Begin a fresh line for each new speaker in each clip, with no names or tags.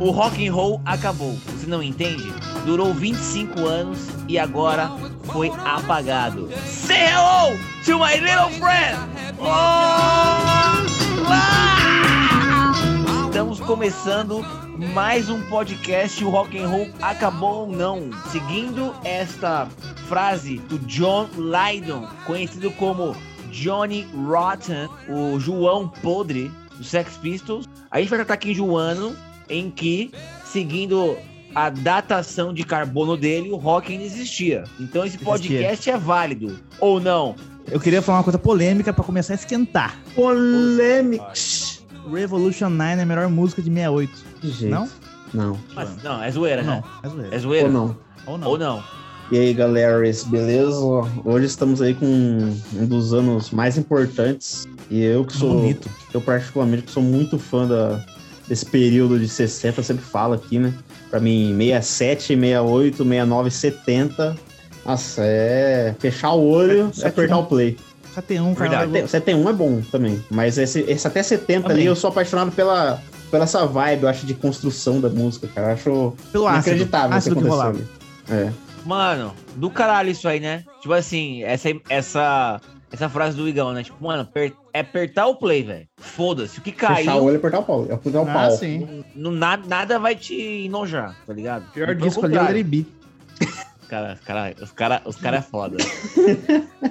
O rock and roll acabou. Você não entende? Durou 25 anos e agora foi apagado. Say hello to my little friend. Oh! Olá! Estamos começando mais um podcast o rock and roll acabou ou não. Seguindo esta frase do John Lydon, conhecido como Johnny Rotten, o João Podre do Sex Pistols. A gente vai tratar aqui de um ano em que, seguindo a datação de carbono dele, o rock ainda existia. Então esse podcast é válido ou não?
Eu queria falar uma coisa polêmica pra começar a esquentar. Polêmica. Revolution 9 é a melhor música de 68.
De jeito.
Não?
Não.
Mas, não, é zoeira,
Não,
né?
é zoeira.
É zoeira
Ou não.
Ou não.
Ou não.
E aí, galera, beleza? Hoje estamos aí com um dos anos mais importantes. E eu que sou,
Tá Bonito.
eu particularmente que sou muito fã da- desse período de 60, eu sempre falo aqui, né? Pra mim, 67, 68, 69, 70. Nossa, é fechar o olho e
71.
apertar o play.
KT1,
Verdade.
cara.
71 é bom também, mas esse, esse até 70 ali
Também.
eu sou apaixonado pela, pela essa vibe, eu acho, de construção da música, cara. Eu acho
Pelo ácido.
inacreditável o que
ácido que
aconteceu
rolava.
ali. É.
Mano, do caralho isso aí, né? Tipo assim, essa, essa, essa frase do Igão, né? Tipo, mano, per- é apertar o play, velho. Foda-se. O que
Fechar o
caiu,
olho e apertar o pau. Apertar o
Ah,
pau.
sim.
não, nada, nada vai te enojar, tá ligado?
O pior
Pelo
disco ali é o
contrário.
Larry B.
Cara, os cara, os cara, os cara é foda.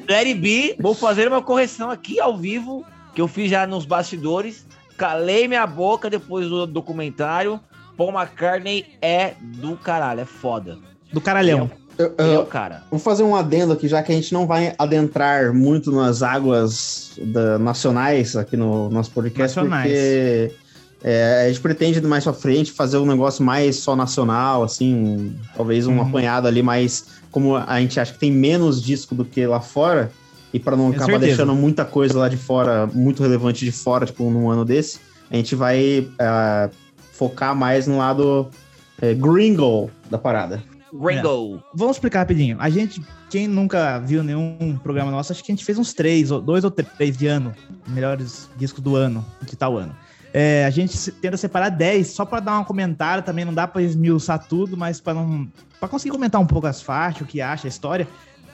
Larry B, vou fazer uma correção aqui ao vivo, que eu fiz já nos bastidores. Calei minha boca depois do documentário. Paul McCartney é do caralho, é foda.
Do caralhão.
Eu,
Ele é o
eu
cara.
vou fazer um adendo aqui, já que a gente não vai adentrar muito nas águas da- nacionais aqui no nosso podcast,
Nacionais.
porque é, a gente pretende mais pra frente fazer um negócio mais só nacional, assim, um- talvez um
Uhum.
apanhado ali, mas como a gente acha que tem menos disco do que lá fora, e pra não
Tenho
acabar
certeza.
deixando muita coisa lá de fora, muito relevante de fora, tipo, num ano desse, a gente vai ah, focar mais no lado eh, gringo da parada.
Ringo.
Vamos explicar rapidinho. A gente, quem nunca viu nenhum programa nosso, acho que a gente fez uns três, ou dois ou três de ano. Melhores discos do ano, de tal ano. É, a gente se- tenta separar 10 só pra dar um comentário também, não dá pra esmiuçar tudo, mas pra não. para conseguir comentar um pouco as faixas, o que acha, a história.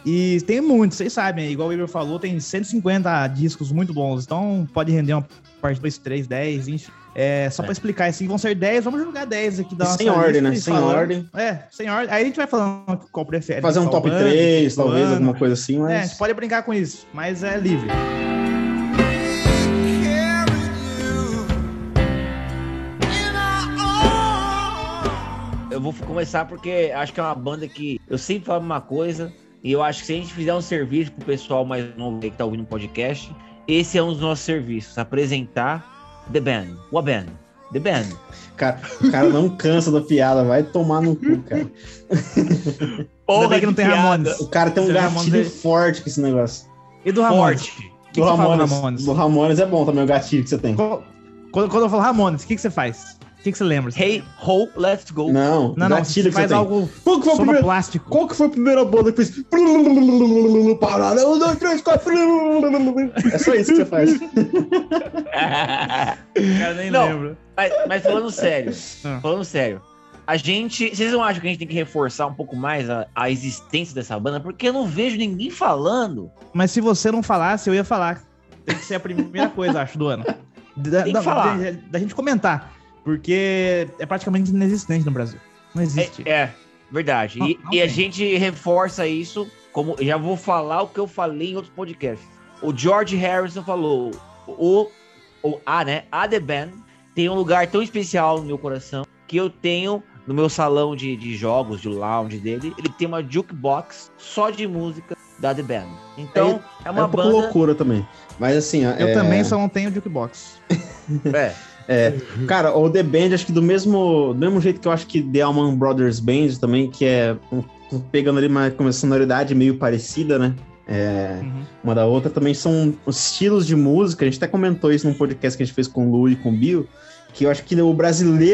E tem muitos, vocês sabem, igual o Igor falou, tem 150 discos muito bons, então pode render uma parte 2, 3, 10, enfim. É, só
É.
pra explicar assim, vão ser 10, vamos jogar 10 aqui da nossa
Sem ordem,
lista
né?
e
Sem
falando-
ordem.
é, sem ordem. Aí a gente vai falando qual prefere.
Fazer um
qual
top
ano,
3,
qual
talvez,
ano.
alguma coisa assim,
É, a
mas.
gente pode brincar com isso, mas é livre.
Eu vou começar porque acho que é uma banda que eu sempre falo uma coisa e eu acho que se a gente fizer um serviço pro pessoal mais novo aí que tá ouvindo o podcast, esse é um dos nossos serviços, apresentar The Band, o Band, The Band.
Cara, o cara não cansa da piada, vai tomar no cu, cara.
Porra, que não tem Ramones.
O cara tem um
Seu
gatilho
Ramones é-
forte com esse negócio.
E do Ramones?
Forte.
O que, que você fala do Ramones?
do Ramones é bom também o gatilho que você tem.
Qual- Quando, quando eu falo Ramones, o que, que você faz? O que, que você lembra?
Hey ho, let's go.
não,
Não, o
não,
gatilho
você
que você
faz
tem.
algo
Qual que foi o primeiro-
sonoplástico.
Qual que foi a primeira banda que fez? Parada, um, dois, três, quatro. É só isso que você faz.
O cara nem
Não.
lembra.
Mas, mas falando sério,
Ah.
falando sério, a gente. Vocês não acham que a gente tem que reforçar um pouco mais a, a existência dessa banda? Porque eu não vejo ninguém falando.
Mas se você não falasse, eu ia falar. Tem que ser a primeira coisa, acho, do ano. Da,
Tem que
da-
falar.
da- da gente comentar. Porque é praticamente inexistente no Brasil. Não existe.
É, é, verdade. E,
Não, não
e a
tem.
gente reforça isso, como já vou falar o que eu falei em outros podcasts. O George Harrison falou: o, o A, né? A The Band tem um lugar tão especial no meu coração que eu tenho no meu salão de, de jogos, de lounge dele, ele tem uma jukebox só de música da The Band. Então, é,
É
uma
um pouco
banda.
loucura também. Mas assim, ó,
Eu
é-
também só não tenho jukebox.
É.
É, cara, o The Band, acho que do mesmo, do mesmo jeito que eu acho que The Allman Brothers Band também, que é um- pegando ali uma, uma sonoridade meio parecida, né? É,
Uhum.
uma da outra, também são estilos de música, a gente até comentou isso num podcast que a gente fez com o Lu e com o Bio, que eu acho que o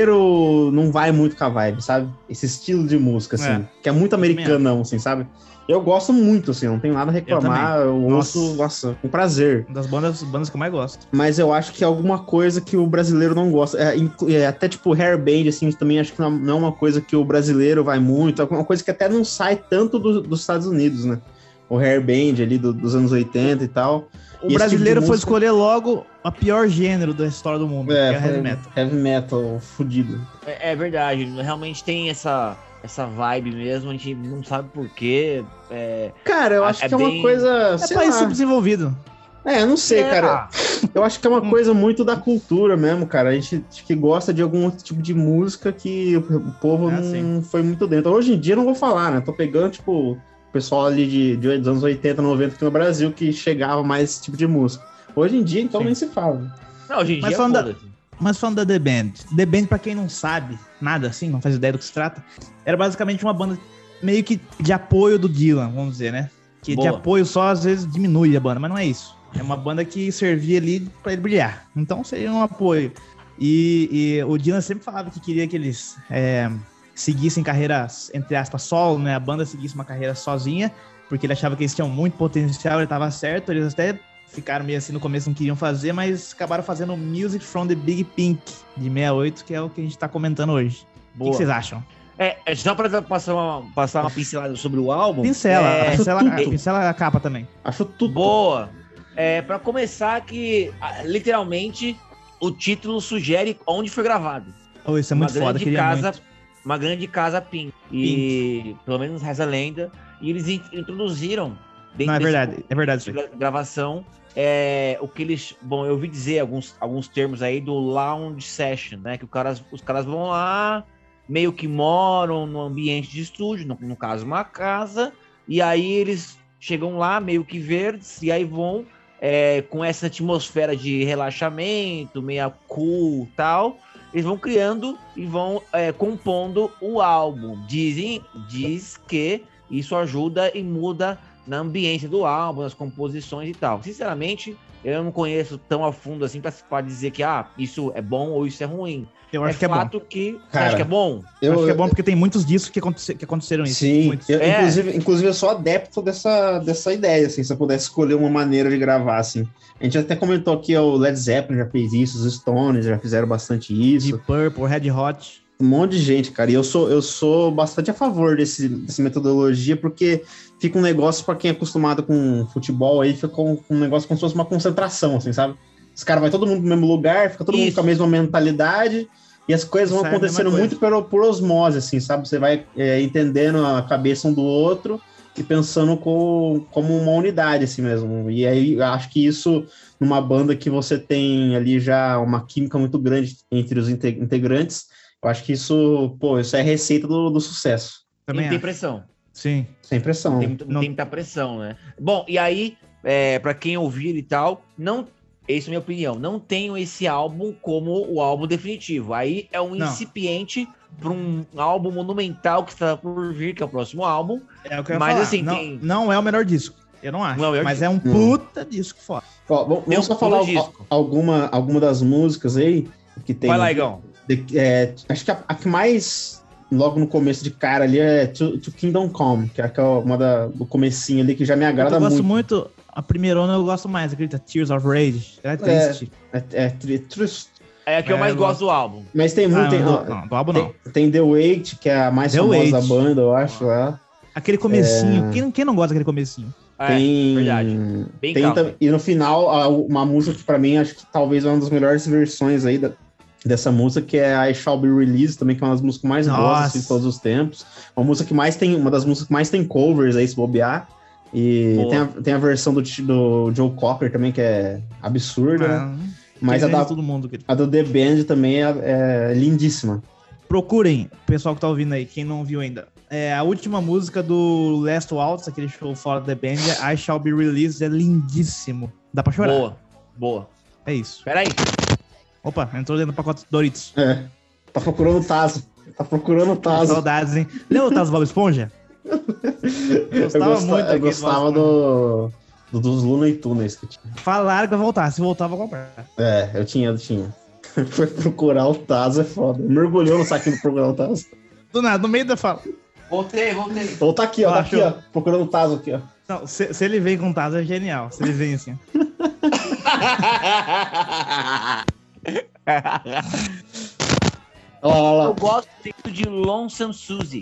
brasileiro não vai muito com a vibe, sabe? Esse estilo de música, assim,
É.
que é muito americanão, assim, sabe? Eu gosto muito, assim, não tenho nada a reclamar, eu,
Nossa.
ouço, nossa, com prazer.
Uma das bandas, bandas que eu mais gosto.
Mas eu acho que é alguma coisa que o brasileiro não gosta. É, inclu- é, até tipo hair band, assim, também acho que não, não é uma coisa que o brasileiro vai muito. É uma coisa que até não sai tanto do- dos Estados Unidos, né? O hair band ali do- dos anos 80 e tal.
O
Esse
brasileiro
tipo de
foi
música-
escolher logo a pior gênero da história do mundo, que é o heavy metal.
Heavy metal, fudido.
É, é verdade, realmente tem essa, essa vibe mesmo, a gente não sabe porquê. É,
Cara, eu
Ah,
acho
é
que é
bem-
uma coisa.
É Ah,
sei
país
lá.
subdesenvolvido.
É, eu não sei,
é,
cara. Eu acho que é uma
Hum.
coisa muito da cultura mesmo, cara. A gente acho que gosta de algum outro tipo de música que o povo
É,
não
sim.
foi muito dentro. Então, Hoje em dia eu não vou falar, né? Tô pegando, tipo, o pessoal ali de, de dos anos 80, 90 aqui no Brasil que chegava mais esse tipo de música. Hoje em dia, então,
Sim.
nem se fala.
Não, hoje em
Mas
dia
falando da-
foda-se.
Mas falando da The Band, The Band, pra quem não sabe nada assim, não faz ideia do que se trata, era basicamente uma banda meio que de apoio do Dylan, vamos dizer, né? Que
Boa.
de apoio só às vezes diminui a banda, mas não é isso. É uma banda que servia ali pra ele brilhar. Então seria um apoio. E, e o Dylan sempre falava que queria que eles é, seguissem carreiras, entre aspas, solo, né? A banda seguisse uma carreira sozinha, porque ele achava que eles tinham muito potencial, ele tava certo, eles até ficaram meio assim no começo, não queriam fazer, mas acabaram fazendo Music from the Big Pink de 68, que é o que a gente tá comentando hoje. O que
Boa.
que vocês acham?
É, é, só pra passar uma, passar uma pincelada sobre o álbum.
Pincela,
É,
pincela,
tudo.
pincela a capa também.
Acho tudo.
Boa. É, para começar que ah, literalmente o título sugere onde foi gravado.
Oh, isso é muito foda, queria
casa,
muito.
uma grande casa Pink. E pelo menos reza a lenda. E eles in- introduziram dentro
Não, é
desse-
verdade, é verdade. isso aí.
gra- gravação é o que eles bom eu ouvi dizer alguns, alguns termos aí do lounge session né que o caras, os caras vão lá meio que moram no ambiente de estúdio no, no caso uma casa e aí eles chegam lá meio que verdes e aí vão é, com essa atmosfera de relaxamento meia cool tal eles vão criando e vão é, compondo o álbum dizem diz que isso ajuda e muda na ambiência do álbum, nas composições e tal. Sinceramente, eu não conheço tão a fundo assim pra, pra dizer que ah, isso é bom ou isso é ruim.
Eu acho
é
que é bom.
fato que. Você
Cara,
acha que é bom?
Eu
Eu-
acho que é bom porque tem muitos discos que, aconte- que aconteceram isso.
Sim,
muitos.
eu,
É.
inclusive, inclusive eu sou adepto dessa, dessa ideia, assim, se eu pudesse escolher uma maneira de gravar, assim. A gente até comentou aqui, ó, o Led Zeppelin já fez isso, os Stones já fizeram bastante isso.
Deep Purple, Red Hot.
um monte de gente, cara. E eu sou, eu sou bastante a favor desse, dessa metodologia, porque fica um negócio pra quem é acostumado com futebol aí, fica um, um negócio como se fosse uma concentração, assim, sabe? Os caras vai todo mundo pro mesmo lugar, fica todo mundo
Isso.
com a mesma mentalidade. E as coisas vão
Sai é a mesma
acontecendo
coisa.
muito por, por osmose, assim, sabe? Você vai é, entendendo a cabeça um do outro e pensando co- como uma unidade, assim mesmo. E aí, eu acho que isso, numa banda que você tem ali já uma química muito grande entre os inte- integrantes, eu acho que isso, pô, isso é receita do, do sucesso.
Também
não tem
acho.
pressão.
Sim.
Sem
Não
pressão.
tem, muita- não
Não-
tem muita pressão, né? Bom, e aí, é, para quem ouvir e tal, não. Isso é minha opinião. Não tenho esse álbum como o álbum definitivo. Aí é um
Não.
incipiente para um álbum monumental que está por vir, que é o próximo álbum.
É o que eu ia
Mas,
falar.
assim,
não,
tem-
não é o melhor disco. Eu não acho.
Não é o melhor
mas é um puta disco foda.
Ó, vamos
Tem um
vamos só falar
pulo
al-
disco.
alguma, alguma das músicas aí que tem.
Vai lá, Igão.
De- é, acho que a, a que mais logo no começo de cara ali é To, To Kingdom Come, que é aquela uma da, do comecinho ali que já me agrada
eu gosto
muito.
muito. A primeira eu gosto mais, acredita? Tears of Rage. Ela é
É.
triste.
É, é tri- triste.
É a que eu
É,
mais
eu
gosto do álbum.
Mas tem muito.
Ah,
tem,
não, não, do álbum não.
tem- tem The Wait, que é a mais
The
famosa
Wait.
da banda, eu acho. lá.
Aquele
É.
comecinho. Quem, quem não gosta daquele comecinho?
É,
tem.
verdade. bem
Tem
calmo.
tam- e no final, a- uma música que pra mim acho que talvez é uma das melhores versões aí da- dessa música, que é a I Shall Be Released, também, que é uma das músicas que eu mais
Nossa.
gosto assim, de todos os tempos. Uma música que mais tem, uma das músicas que mais tem covers aí, se bobear. E
Boa.
tem a, tem a versão do, ti- do Joe Cocker também, que é absurda, né?
Ah,
Mas a
desejo
da,
todo mundo. querido.
a do The Band também é, é lindíssima.
Procurem, pessoal que tá ouvindo aí, quem não viu ainda. É, a última música do Last Waltz, aquele show fora da band, I Shall Be Released, é lindíssimo. Dá pra chorar.
Boa, boa.
É isso.
Peraí.
Opa, entrou dentro do pacote Doritos.
É. Tá procurando o Tazo. Tá procurando o Tazo.
Saudades, hein? Lembra o Tazo Bob Esponja? Eu
Eu
gostava
gostava,
muito
eu
daquele né?
gostava do, do, dos Looney Tunes que tinha.
Falaram que vai voltar. Se voltar, eu vou comprar.
É, eu tinha, eu tinha. Foi procurar o Taz, é foda. Mergulhou no saquinho pra procurar o Taz.
Do nada, no meio da fala.
Voltei, voltei.
Ou tá aqui, ó, tá aqui,
Achou.
ó. Procurando o Taz aqui, ó.
Não, se, se ele vem com Tazo é genial. Se ele vem assim.
Olha lá, olha
Eu
lá.
gosto muito de Lonesome Suzy.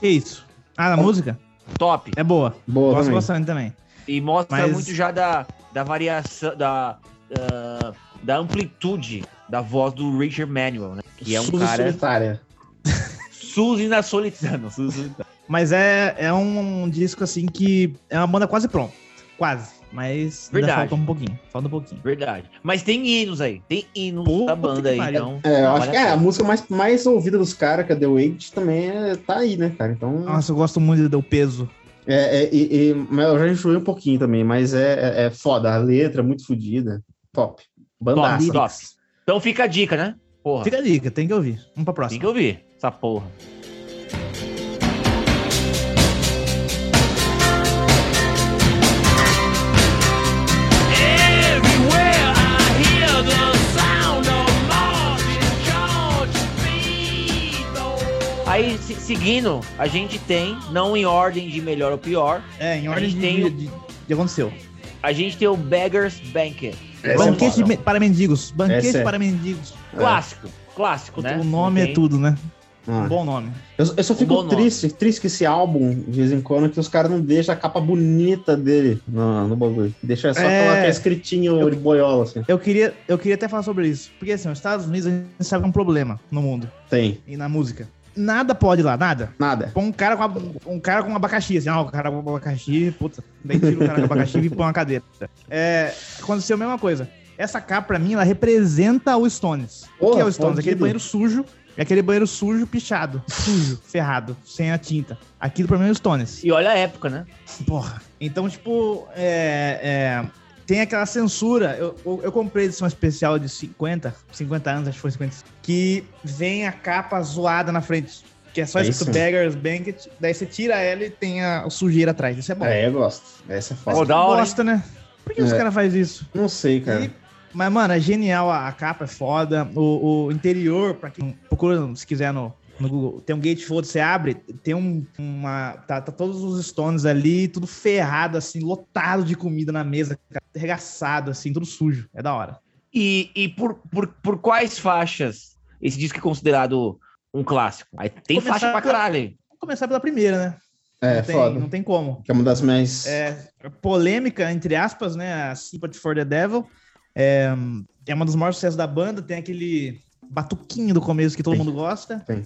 Que isso? Ah, na música?
Top.
É boa.
Boa,
Gosto
também.
bastante também.
E mostra
Mas-
muito já da, da variação, da, ah, da amplitude da voz do Richard Manuel, né? Que é um
Suzy
cara.
Solitária.
Suzy na solitana. Suzy solitana.
Mas é, é um, disco assim que é uma banda quase pronta. Quase. Mas ainda
Verdade.
falta um pouquinho. Falta um pouquinho.
Verdade. Mas tem hinos aí. Tem hinos
Puta
da banda
que
aí.
pariu.
Então,
É, eu acho
olha
que é,
só.
a música mais, mais ouvida dos caras, que é The Wait, também é- tá aí, né, cara? Então.
Nossa, eu gosto muito do peso.
É, é, e, e- mas eu já enjoei um pouquinho também, mas é, é, é foda. A letra é muito fodida. Top. Bandaça.
Top, top. Então fica a dica, né? Porra,
Fica a dica, tem que ouvir. Vamos pra
tem
próxima.
que ouvir essa porra.
Everywhere I hear the sound of marching George feet.
Aí, se- seguindo, a gente tem, não em ordem de melhor ou pior,
É, em ordem
gente
de,
tem o-
de, de aconteceu.
a gente tem o Beggar's Banquet.
Essa é
Banquete
foda.
de me- para mendigos. Banquete
Essa é-
para mendigos.
É.
Clássico, clássico, né?
O nome
Não tem-
é tudo, né?
Ah.
Bom nome.
Eu, eu só
Um bom
fico
nome.
triste, triste que esse álbum, de vez em quando, que os caras não deixam a capa bonita dele no, no bagulho. Deixa só
É.
aquela que é escritinho de boiola, assim.
Eu queria, eu queria até falar sobre isso. Porque assim, os Estados Unidos a gente sabe que é um problema no mundo
Tem.
e na música. Nada pode lá, nada.
Nada.
Põe um cara com, ab- um cara com abacaxi, assim, ó, o cara com abacaxi, puta. Daí tira o cara com abacaxi e põe uma cadeira. É, aconteceu a mesma coisa. Essa capa, pra mim, ela representa o Stones. O que
Porra,
é o Stones?
fodido.
Aquele banheiro sujo, é aquele banheiro sujo, pichado, sujo, ferrado, sem a tinta. Aquilo pra mim é o Stones.
E olha a época, né?
Porra. Então, tipo, é, é, tem aquela censura. Eu, eu, eu comprei edição especial de 50, 50 anos, acho que foi 50, que vem a capa zoada na frente. Que é só
É
escrito
isso?
Beggar's Banquet, daí você tira ela e tem a sujeira atrás. Isso é bom.
É, eu gosto. Essa é
Mas
Pô,
foda.
da hora,
bosta, né? Por que os
É.
caras fazem isso?
Não sei, cara.
E- mas, mano, é genial. A, a capa é foda. O, o interior, pra quem procura, se quiser, no, no Google, tem um gatefold, você abre, tem um, uma... Tá, tá todos os stones ali, tudo ferrado, assim, lotado de comida na mesa, cara, arregaçado, assim, tudo sujo. É da hora.
E, e por, por, por quais faixas esse disco é considerado um clássico? Aí tem
Começar
faixa pra
pela-
caralho.
Vamos começar pela primeira, né?
É,
não, tem,
foda.
não tem como.
Que é uma das mais.
É, polêmica, entre aspas, né? A Sympathy for the Devil. É, é uma dos maiores sucessos da banda. Tem aquele batuquinho do começo que todo
Tem.
mundo gosta.
Tem.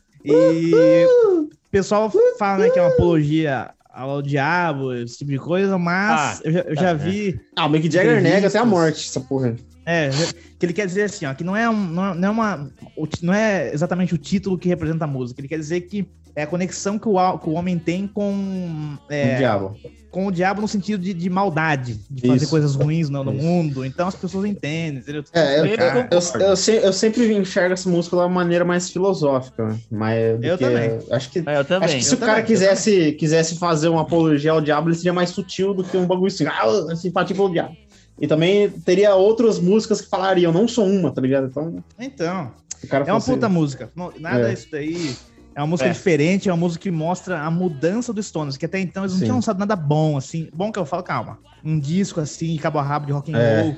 E o pessoal fala né, que é uma apologia ao diabo, esse tipo de coisa, mas
Ah,
eu já, eu já vi
Ah, o Mick Jagger
Entrevistas.
nega até a morte, essa porra.
é, já- que ele quer dizer assim, ó, que não é, um, não é, não é uma, o ti- não é exatamente o título que representa a música. Ele quer dizer que é a conexão que o, al- que o homem tem com é,
O diabo.
com o diabo no sentido de, de maldade, de fazer
Isso.
coisas ruins no, no
Isso.
mundo. Então as pessoas entendem, entendeu? Tipo,
É, eu,
Eu
eu,
concordo.
eu se- eu sempre enxergo essa música de uma maneira mais filosófica, né? Mas. do
Eu
que-
também.
Acho que
É, Eu
Acho
também.
que se
eu
o cara
também, eu
quisesse, quisesse fazer uma apologia ao diabo, ele seria mais sutil do que um bagulho assim, ah, simpatia pelo diabo. E também teria outras músicas que falariam, não só uma, tá ligado? Então,
Então,
o cara assim,
é uma
fosse-
puta música. Não, nada
É.
isso daí. É uma música
É.
diferente, é uma música que mostra a mudança do Stones, que até então eles não
Sim.
tinham lançado nada bom, assim. Bom que eu falo, calma. Um disco assim, cabo a rabo de rock and
É.
roll,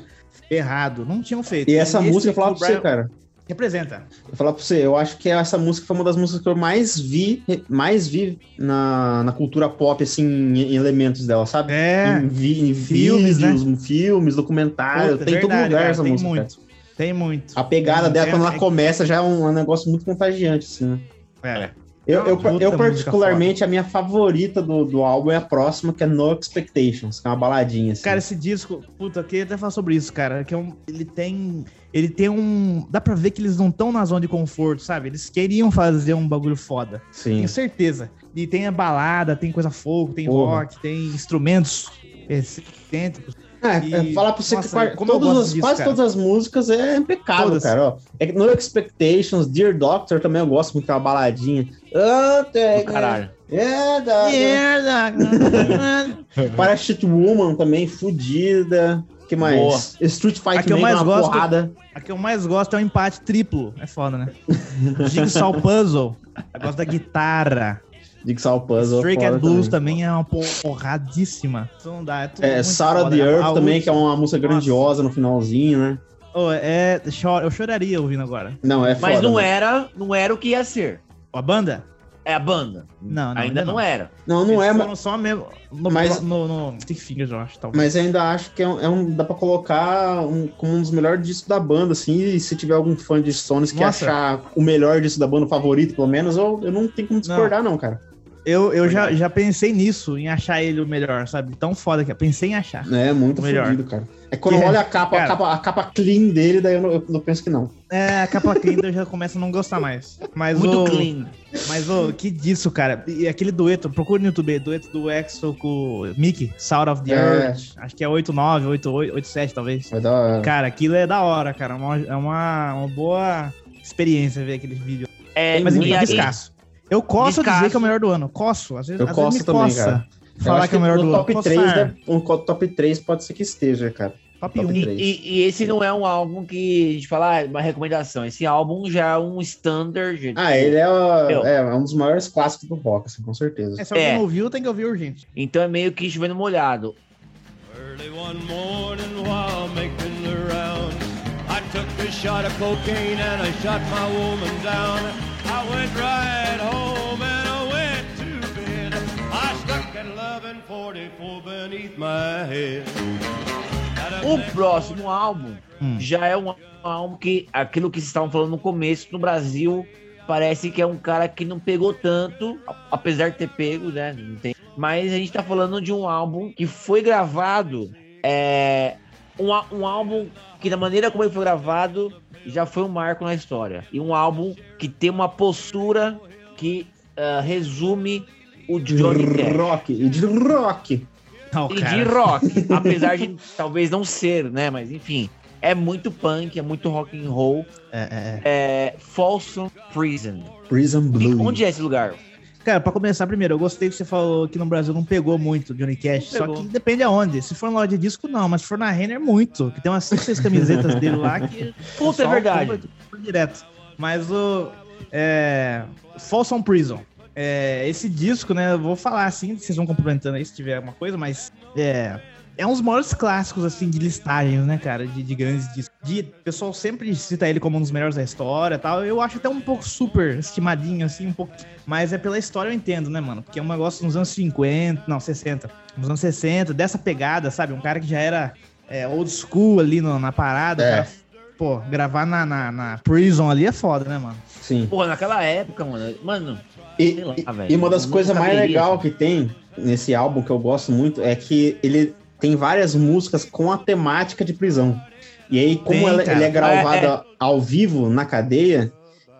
errado. Não tinham feito.
E essa
Esse
música, eu
que o
falava pra você,
Brian
cara.
Representa.
Eu falava pra você, eu acho que essa música foi uma das músicas que eu mais vi, mais vi na, na cultura pop, assim, em, em elementos dela, sabe?
É.
Em, vi- em
Filmes, né?
vídeos, filmes, documentário,
Puta,
tem em Ah, todo
verdade,
lugar
cara,
essa
tem
música. cara.
muito. Tem muito.
A pegada
Tem,
dela,
é-
quando ela
é-
começa, já é um, um negócio muito contagiante, assim, né?
É.
Eu, eu,
Puta
eu
música
particularmente, a minha favorita do, do álbum é a próxima, que é No Expectations, que é uma baladinha, assim.
Cara, esse disco, puta, eu queria até falar sobre isso, cara. Que é um, ele tem. Ele tem um. Dá pra ver que eles não estão na zona de conforto, sabe? Eles queriam fazer um bagulho foda.
Sim.
Tenho certeza. E tem a balada, tem coisa fogo, tem
Porra.
rock, tem instrumentos excêntricos.
É,
e-
é, falar pra você
nossa,
que par-
como eu
todas
gosto
as-
disso,
quase
cara.
todas as músicas é impecável,
Todas.
cara. Ó. É que No Expectations, Dear Doctor, também eu gosto muito, que é uma baladinha. Ah, tem-
Do caralho.
É, da- né?
Merda!
Parachute Woman também, fudida. que mais?
Boa.
Street
A
Fighter
que eu
Man,
mais
uma
gosto-
porrada.
A que eu mais gosto é o empate triplo. É foda, né? Jigsaw Puzzle. Eu gosto da guitarra.
Jigsaw Puzzle.
Strike and
foda
Blues também. é uma porradíssima. Isso não dá. É, tudo
É,
muito
Sarah
foda.
the Earth
A
também,
ult-
que é uma
Nossa.
música grandiosa no finalzinho, né?
Oh, é, chora- eu choraria ouvindo agora.
Não, é
Mas
foda,
não
mano.
era, não era o que ia ser.
A banda?
É a banda.
Não, não.
ainda não, era.
Não, não é,
Eles
ma-
foram só mesmo. No,
Mas-
no, no, no Stick Fingers, eu acho, talvez.
mas ainda acho que é um, é um- dá pra colocar um- como um dos melhores discos da banda, assim, e se tiver algum fã de Sonics que
Nossa.
achar o melhor disco da banda, o favorito, pelo menos, eu, eu não tenho como discordar, não, cara.
Eu, eu já, já pensei nisso, em achar ele o melhor, sabe? Tão foda que é. Pensei em achar.
É muito
Melhor.
fodido, cara. É quando
Que-
eu olho a capa,
cara.
a capa, a capa clean dele, daí eu não, eu não penso que não.
É, a capa clean eu já começo a não gostar mais. Mas
Muito
o,
clean.
Mas, ô, que disso, cara? E aquele dueto, procure no YouTube, dueto do Exo com o Mickey, Sound of the
É.
Earth. Acho que é 89, 88, 87, talvez.
Vai dar.
Cara, aquilo é da hora, cara. É uma, é uma, uma boa experiência ver aquele vídeo.
É,
Mas
e
enfim,
aí-
descasso. Eu coço
Descasso.
dizer que é o melhor do ano. Coço. Às vezes,
Eu
às
coço
vezes me
também,
coça
cara. Eu
Falar
acho
que é o melhor
no
do ano.
top 3,
Coçar.
né? Um co- top 3 pode ser que esteja, cara.
Top
Top
1.
E,
três.
e- e esse não é um álbum que a gente fala, ah, uma recomendação. Esse álbum já é um standard. gente.
Ah, ele é,
Eu.
é, é um dos maiores clássicos do rock, assim, com certeza.
É, se alguém
É.
não ouviu, tem que ouvir urgente.
Então é meio que chovendo molhado.
Early one morning while making the rounds, I took a shot of cocaine and I shot my woman down. I went right home and I went to bed. I stuck at 1144 beneath my head. Got
Oh.
up
O próximo álbum
Hum.
já é um álbum que aquilo que vocês estavam falando no começo no Brasil parece que é um cara que não pegou tanto, a- apesar de ter pego, né? Não tem. Mas a gente tá falando de um álbum que foi gravado, é um, á- um álbum que da maneira como ele foi gravado já foi um marco na história e um álbum que tem uma postura que ah, resume o
De
Johnny
é?
Cash.
rock, e de rock.
Não,
E
cara.
de rock, apesar de talvez não ser, né? Mas enfim, é muito punk, é muito rock and roll.
É, é,
É Folsom Prison.
Prison
E
Blue.
onde é esse lugar?
é. Cara, pra começar primeiro, eu gostei que você falou que no Brasil não pegou muito Johnny Cash.
Não
Só
pegou.
que depende aonde. Se for na loja de disco, não. Mas se for na Renner, muito. Que tem umas 5, 6 camisetas dele lá que
Puta, é
Só
verdade.
compra- compra direto. Mas o. É, Folsom Prison. É, esse disco, né? Eu vou falar assim, vocês vão complementando aí se tiver alguma coisa, mas. É, é um dos maiores clássicos, assim, de listagens, né, cara? De, de grandes discos. De, o pessoal sempre cita ele como um dos melhores da história e tal. Eu acho até um pouco super estimadinho, assim, um pouco. Mas é pela história eu entendo, né, mano? Porque é um negócio nos anos 50, não, 60. Nos anos 60, dessa pegada, sabe? Um cara que já era é, old school ali no- na parada,
É.
o cara Pô, gravar na, na, na prison ali é foda, né, mano?
Sim.
Porra, naquela época, mano. Mano,
E,
Sei lá,
e-
velho.
e uma das
Não
coisas mais
caberia,
legais
assim.
que tem nesse álbum que eu gosto muito é que ele tem várias músicas com a temática de prisão. E aí, como
Tem,
ela-
cara. Ah,
ele é gravado ao vivo na cadeia,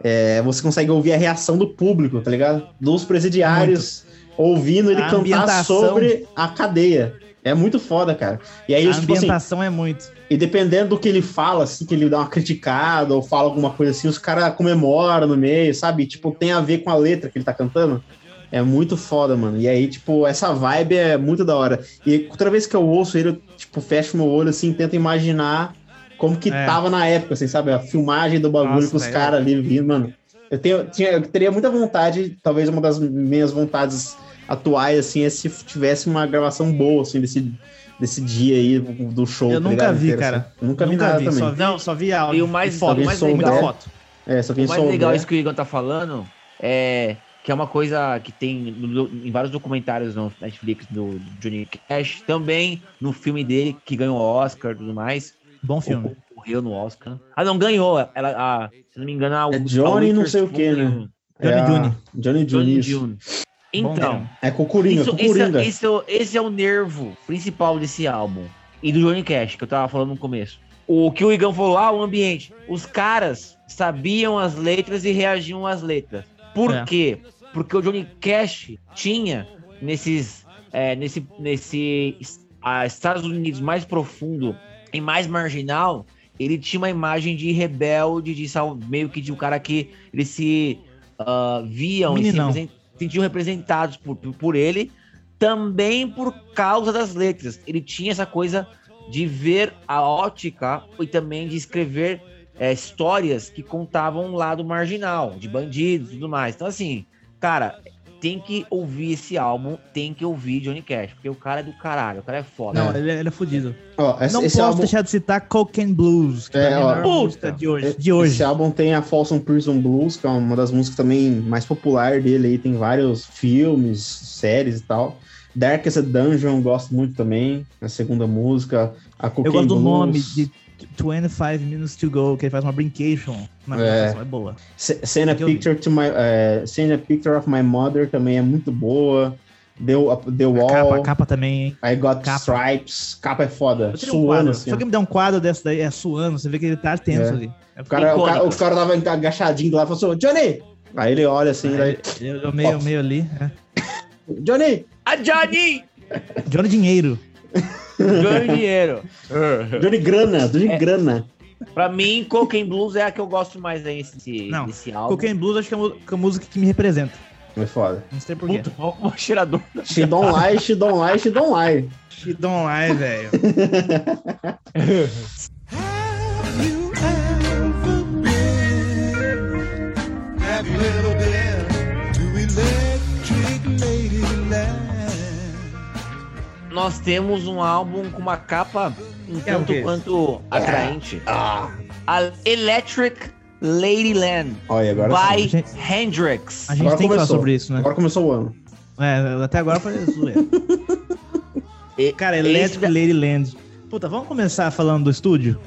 é, você consegue ouvir a reação do público, tá ligado? Dos presidiários ouvindo ele
A
cantar
ambientação.
sobre a cadeia. É muito foda, cara. E aí,
a
tipo assim,
ambientação é muito.
e dependendo do que ele fala, assim, que ele dá uma criticada ou fala alguma coisa assim, os caras comemoram no meio, sabe? Tipo, tem a ver com a letra que ele tá cantando. É muito foda, mano. E aí, tipo, essa vibe é muito da hora. E toda vez que eu ouço ele, eu, tipo, fecho meu olho, assim, tento imaginar como que
É.
tava na época, assim, sabe? A filmagem do bagulho
Nossa,
com os
velho.
caras ali vindo, mano. Eu, tenho, tinha- eu teria muita vontade, talvez uma das minhas vontades atuais, assim, é se tivesse uma gravação boa, assim, desse, desse dia aí do show.
Eu
tá
nunca
ligado?
vi,
Inteiro,
cara.
assim. Nunca, vi
Nunca
nada também.
só vi,
Não,
só vi áudio.
e o mais-
foto,
o mais
muita
legal-
foto.
É, só quem
o mais legal
souber.
isso que o Igor tá falando é que é uma coisa que tem no- em vários documentários no Netflix do Johnny Cash, também no filme dele que ganhou o Oscar e tudo mais.
Bom
Ou
filme.
Correu no Oscar. Ah, não, ganhou. Ela, a- se não me engano, a,
É
a
Johnny
Winter
não sei o quê, né?
Spoon,
Johnny
a-
June.
Johnny June,
Johnny
isso.
June.
Bom
Então,
né? filme.
É né? com o Coringa,
isso,
com o
isso,
Coringa.
isso- esse é o nervo principal desse álbum. E do Johnny Cash, que eu tava falando no começo. O que o Igão falou, ah, o ambiente. Os caras sabiam as letras e reagiam às letras. Por
É.
quê? Porque o Johnny Cash tinha nesses. é, nesse. nesse ah, Estados Unidos mais profundo e mais marginal, ele tinha uma imagem de rebelde, de sal- meio que de um cara que eles se ah, viam e se
Meninão.
represen- sentiam representados por, por por ele, também por causa das letras. Ele tinha essa coisa de ver a ótica e também de escrever é, histórias que contavam um lado marginal, de bandidos e tudo mais. Então, assim, cara, tem que ouvir esse álbum, tem que ouvir Johnny Cash, porque o cara é do caralho, o cara é foda.
Não, ele, ele é fodido.
Ó, esse,
Não
esse
posso
álbum,
deixar de citar Cocaine Blues, que
É,
é,
ó.
a melhor música de hoje. De hoje.
é- esse álbum tem a Folsom Prison Blues, que é uma das músicas também mais popular dele aí, tem vários filmes, séries e tal. Darkest Dungeon, gosto muito também, a segunda música, a Cocaine
Eu gosto do
Blues.
nome de 25 Minutes to Go, que ele faz uma brincation. Uma
É.
brincação, é boa.
Se- Send a
Que eu vi.
Picture to My é, Send a Picture of My Mother também é muito boa. The, The
A capa, a
Wall,
capa também, hein?
I Got
capa.
Stripes, capa é foda,
Eu tirei um
suando
quadro.
assim.
Se
ó.
alguém me der um quadro dessa daí, é suando, você vê que ele tá tenso
É.
ali. É
O cara, o, cara,
Icônico.
o cara tava agachadinho lá e falou assim, Johnny! Aí ele olha assim, daí,
Eu, eu meio, eu meio ali. né?
Johnny!
A Johnny
Johnny Dinheiro.
ganha dinheiro.
Johnny Grana, Johnny
É.
Grana.
pra mim, Cocaine Blues é a que eu gosto mais aí nesse,
Não,
nesse álbum.
Cocaine Blues acho que é a mu- que é a música que me representa.
É foda.
Não sei porquê.
Puta, ó, o cheirador.
She don't lie, she don't lie, she don't lie.
She don't lie, velho.
Have you ever been? Have you ever been to Electric Ladyland?
Nós temos um álbum com uma capa um
É o
tanto
quê?
quanto atraente.
Ah,
A Electric Ladyland
olha, agora sim.
by
Gente-
Hendrix.
A gente
Agora
tem que falar
começou.
sobre isso, né?
Agora começou o ano.
É, até agora foi zoeira.
E-
Cara,
esse
Electric
da-
Ladyland. Puta, vamos começar falando do estúdio?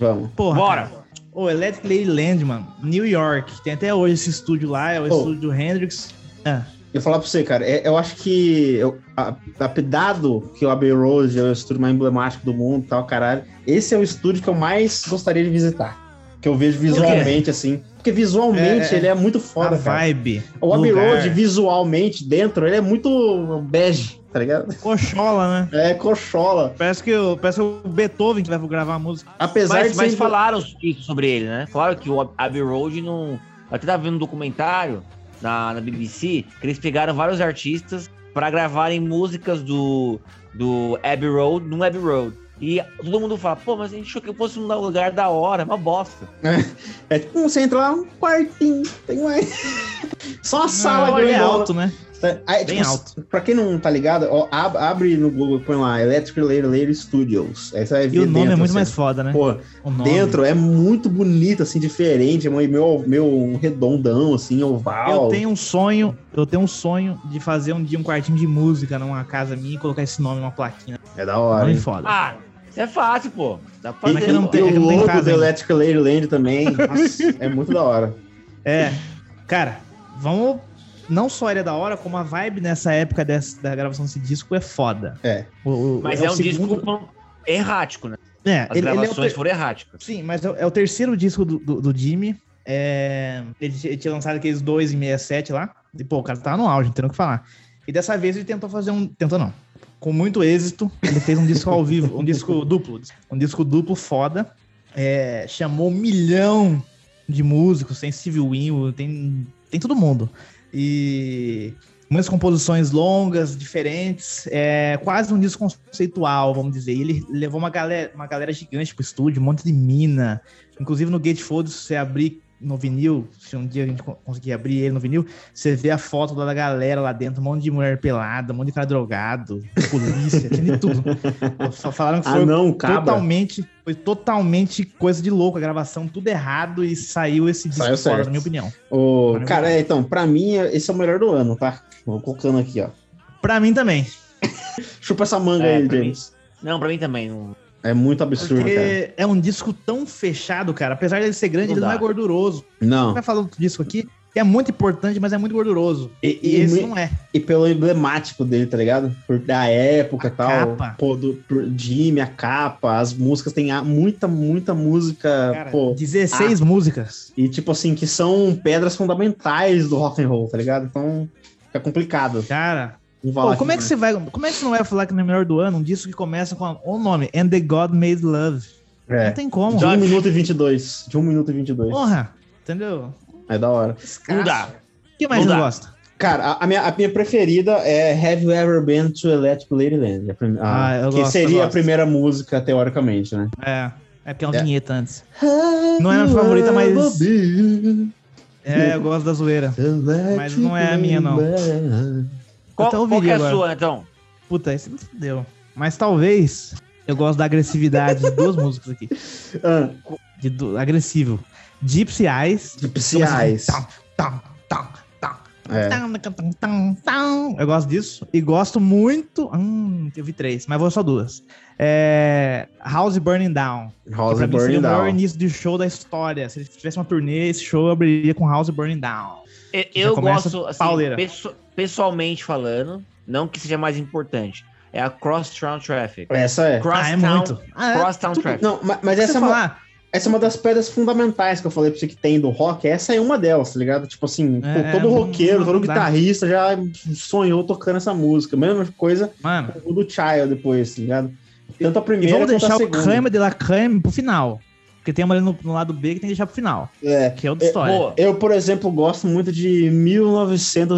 Vamos.
Porra.
Bora.
cara. Ô, Electric Ladyland, mano. New York. Tem até hoje esse estúdio lá, é o
Ô.
estúdio do Hendrix. Ah,
Eu falar pra você, cara, é- eu acho que eu, a- a- dado que o Abbey Road é o estúdio mais emblemático do mundo e tal, caralho, esse é o estúdio que eu mais gostaria de visitar. Que eu vejo visualmente, assim. Porque visualmente
É, é.
ele é muito foda,
a
cara.
vibe.
O Abbey
lugar.
Road, visualmente, dentro, ele é muito bege, tá ligado?
Cochola, né?
É cochola.
Parece que, o, parece o Beethoven que vai gravar a música.
Apesar
Mas,
de
mas
ser-
falaram isso sobre ele, né? Falaram que o Ab- Abbey Road não. eu Até tava vendo um documentário na, na BBC que eles pegaram vários artistas pra gravarem músicas do, do Abbey Road no Abbey Road. E todo mundo fala, pô, mas a gente achou que fosse um lugar da hora, uma bosta.
É tipo, você entra lá, um quartinho, tem mais. Só a sala
Não, ele é
grandona.
alto, né?
Tá- aí,
Bem
tipo,
alto.
Pra quem não tá ligado, ó, ab- abre no Google, põe lá, Electric Layer Layer Studios. Aí você vai ver
E o nome
dentro,
é muito
assim.
mais foda, né?
Porra,
O nome.
dentro é muito bonito, assim, diferente. é Meu, meu redondão, assim, oval.
Eu tenho um sonho, eu tenho um sonho de fazer um dia um quartinho de música numa casa minha e colocar esse nome numa plaquinha.
É da hora.
Nome
hein?
foda.
Ah, isso é fácil, pô. Dá pra
E,
mas
fazer.
que não
pô.
tem-
e
é que
o
não tem
logo
casa
do
ainda.
Electric Layer Land também. nossa, é muito da hora.
É, cara, vamos. Não só ele é da hora, como a vibe nessa época dessa, da gravação desse disco é foda.
É.
O- o-
Mas
o
é, um
segundo-
disco errático, né?
É,
As
ele, ele é o
gravações
ter-
foram erráticas.
Sim, mas é o, é o terceiro disco do, do, do Jimmy. É, ele, t- ele tinha lançado aqueles dois em 67 lá. E, pô, o cara tava no auge, não tem o que falar. E dessa vez ele tentou fazer um. Tentou não. Com muito êxito, ele fez um disco ao vivo, um disco duplo. Um disco duplo foda. É, chamou um milhão de músicos, tem Steve Winwood, tem, tem todo mundo. E muitas composições longas, diferentes, é quase um disco conceitual, vamos dizer. E ele levou uma galera, uma galera gigante pro estúdio, um monte de mina. Inclusive no Gatefold, se você abrir no vinil, se um dia a gente con- conseguir abrir ele no vinil, você vê a foto da galera lá dentro, um monte de mulher pelada, um monte de cara drogado, polícia, tinha de tudo. Só falaram que
Ah,
foi
não, cabra.
totalmente, foi totalmente coisa de louco a gravação, tudo errado e saiu esse disco
Saiu
fora,
certo.
na minha opinião.
Ô,
Maravilha.
cara, é, então, pra mim, esse é o melhor do ano, tá? Vou colocando aqui, ó.
Pra mim também.
Chupa essa manga
É,
aí,
pra mim-
James.
Não, pra mim também. Não...
É muito absurdo, cara.
Porque é um disco tão fechado, cara. Apesar dele ser grande,
Não
ele não
dá.
é gorduroso.
Não.
Vai falar outro disco aqui, que é muito importante, mas é muito gorduroso.
E-
E,
e
esse
me-
não é.
E pelo emblemático dele, tá ligado? Por da época
A
e tal.
capa.
Pô, do por Jimmy, a capa, as músicas, tem a- muita, muita música,
Cara,
Ah, pô.
16 músicas.
E tipo assim, que são pedras fundamentais do rock and roll, tá ligado? Então fica complicado.
Cara,
Não
pô, como é que você vai. Como é que você não vai falar que não é o melhor do ano? Um disco que começa com a- o nome, And the God Made Love. Não
É.
tem como.
De 1 minuto e 22. De 1 minuto e 22.
Porra, entendeu?
É da hora.
Não dá.
Ah, O que mais
Não
não
dá.
gosta?
Cara, a, a minha, a minha preferida é Have You Ever Been to Electric Ladyland? A prim- a-
Ah, eu
que
gosto, eu
seria a
gosto.
primeira música, teoricamente, né?
É, é porque é uma
É.
vinheta antes. Não é a minha favorita, mas- É, eu gosto da zoeira.
Mas
não é a minha, não.
Qual,
até
qual que
ouviria
é a
agora.
sua, então?
Puta, esse não deu. Mas talvez eu gosto da agressividade de duas músicas aqui.
Ah,
De du- Agressivo. Gypsy Eyes.
Psiais.
Tam, tam, tam,
É.
tam, tam, tam, tam. Eu gosto disso. E gosto muito. Hum, eu vi três, mas vou só duas. É, House Burning Down. Que
House
pra mim seria
Burning
o maior
Down.
início de show da história. Se ele tivesse uma turnê, esse show abriria com House Burning Down.
Eu,
Já
eu
começa
gosto, assim,
pauleira.
perso- pessoalmente falando, não que seja mais importante, é a Crosstown Traffic.
Essa é.
ah, é muito. Ah, é.
Crosstown
tudo-
Traffic.
Não, ma- mas
Você
essa é, uma,
falar,
essa é uma das pedras fundamentais que eu falei pra você que tem do rock. Essa é uma delas, tá ligado? Tipo assim,
É,
pô, todo
não-
roqueiro,
não
todo
dá.
guitarrista já sonhou tocando essa música. Mesma coisa
mano,
com o do Child depois, tá ligado? Tanto a
e
primeira
vamos
quanto a
deixar o
segunda.
creme de la creme pro final. Porque tem uma ali no, no lado B que tem que deixar pro final.
É.
Que é outra história.
Boa.
Eu, por exemplo, gosto muito de
É. Eu ia
1983. A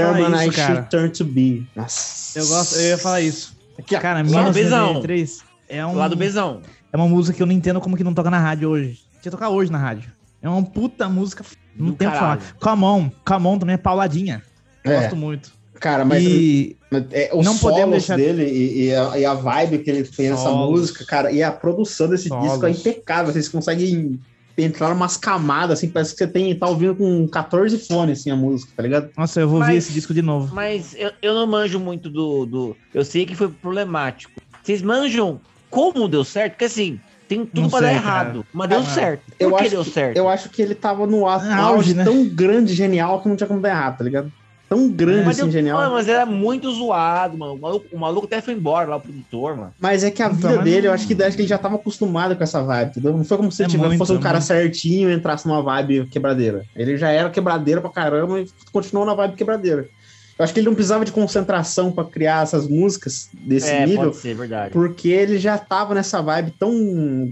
falar
Merman I
isso, cara.
Should Turn to Be. Nossa.
Eu, gosto, eu ia falar isso.
Aqui, ó.
Cara,
Lado Bezão.
1993 é, um,
Lá do Bezão.
é uma música que eu não entendo como que não toca na rádio hoje. Tinha que tocar hoje na rádio. É uma puta música. f- Não
Do
tem o que falar.
caralho.
Camon, Camon também é pauladinha.
É,
Gosto muito.
cara, mas
e
mas é, os
não
solos
podemos deixar-
dele e, e a, e a vibe que ele tem nessa
Solos.
música, cara, e a produção desse
Solos.
disco é impecável. Vocês conseguem entrar umas camadas, assim, parece que você tem, tá ouvindo com 14 fones, assim, a música, tá ligado?
nossa, eu vou
Mas-
ouvir esse disco de novo.
Mas eu, eu não manjo muito do, do. Eu sei que foi problemático. Vocês manjam como deu certo? Porque assim, tem tudo
Não
pra dar
sei,
errado. Mas deu
Ah,
certo. Por
eu
que
acho
deu certo?
Eu acho que ele tava no a-
Ah,
auge
auge, né?
tão grande, genial, que não tinha como dar errado, tá ligado? Tão grande,
mas,
assim,
deu-
genial.
Mano, mas era muito zoado, mano. O maluco, o maluco até foi embora lá, o produtor, mano.
Mas é que a
Então,
vida
mas
dele, eu
não-
acho que deve que ele já tava acostumado com essa vibe, entendeu? Não foi como se
É
ele tivesse-
muito,
fosse um
é
cara
muito.
certinho e entrasse numa vibe quebradeira. Ele já era quebradeira pra caramba e continuou na vibe quebradeira. Eu acho que ele não precisava de concentração pra criar essas músicas desse
é,
nível,
pode ser, verdade.
porque ele já tava nessa vibe tão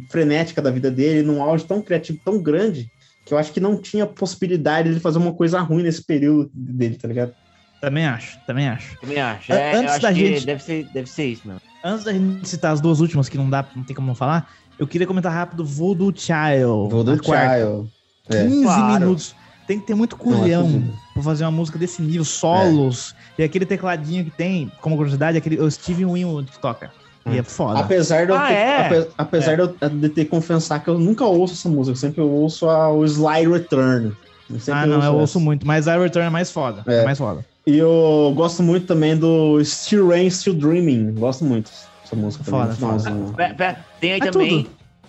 frenética da vida dele, num auge tão criativo, tão grande, que eu acho que não tinha possibilidade de ele fazer uma coisa ruim nesse período dele, tá ligado?
Também acho, também acho.
Também acho.
An-
É, eu
antes
acho
da
que
gente-
deve, ser, deve ser isso, mano.
Antes da gente citar as duas últimas que não dá, não tem como não falar, eu queria comentar rápido Voodoo Child. a quarta.
Child. É.
15
Claro.
minutos. Tem que ter muito
Não é
culhão
possível.
pra fazer uma música desse nível, solos.
É.
E aquele tecladinho que tem, como curiosidade, é aquele, o Steven Winwood que toca. E é foda.
Hum. Apesar de eu,
Ah,
ter,
é?
ape- apesar de eu eh, de ter que confessar que eu nunca ouço essa música, eu sempre ouço a, o Sly Return. Eu sempre
Ah, não, eu ouço
essa.
muito. Mas a Return é mais foda.
né? É.
É, mais foda.
E eu gosto muito também do Still Rain, Still Dreaming. Gosto muito dessa música.
Foda,
também,
foda.
finalzinho.
Pera- pera, tem aí
É
também.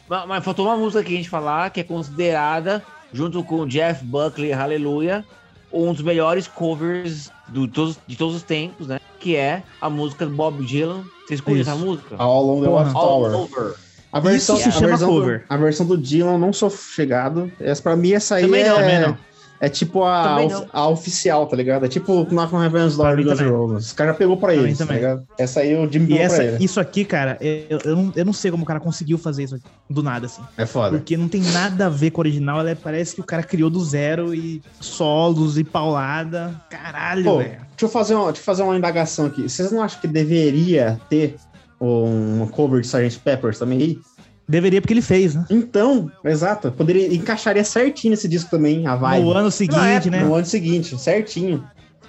Ma- Mas faltou uma música que a gente falar, que é considerada, junto com Jeff Buckley e Hallelujah, um dos melhores covers do, todos- de todos os tempos, né? Que é a música do Bob Dylan. Vocês curtem
Isso.
essa música?
All Along the
Porra.
All
Watchtower.
Over.
A versão,
Isso se
a
chama
versão
cover.
Do, a versão do Dylan eu não sou chegado. Essa, pra mim, essa aí
Também
é,
não,
também não.
é tipo a,
Também
of-
não.
a oficial, tá ligado? É tipo Knock on Heaven's Door
Pra
do
mim
Guns N'
também.
Roses. Esse cara já pegou pra,
Pra mim
eles, tá
também.
ligado? Essa aí o Jimmy
E
pegou
essa,
pra ele.
isso aqui, cara, eu, eu não, eu não sei como o cara conseguiu fazer isso aqui, do nada, assim.
É foda.
Porque não tem nada a ver com o original. Ela é- parece que o cara criou do zero e solos e paulada. Caralho,
Pô,
velho.
deixa eu fazer uma, deixa eu fazer uma indagação aqui. Vocês não acham que deveria ter uma cover de Sgt. Peppers também aí?
Deveria porque ele fez, né?
Então, exato. Poderia, encaixaria certinho esse disco também, a vibe.
No ano seguinte, né?
No ano seguinte, certinho.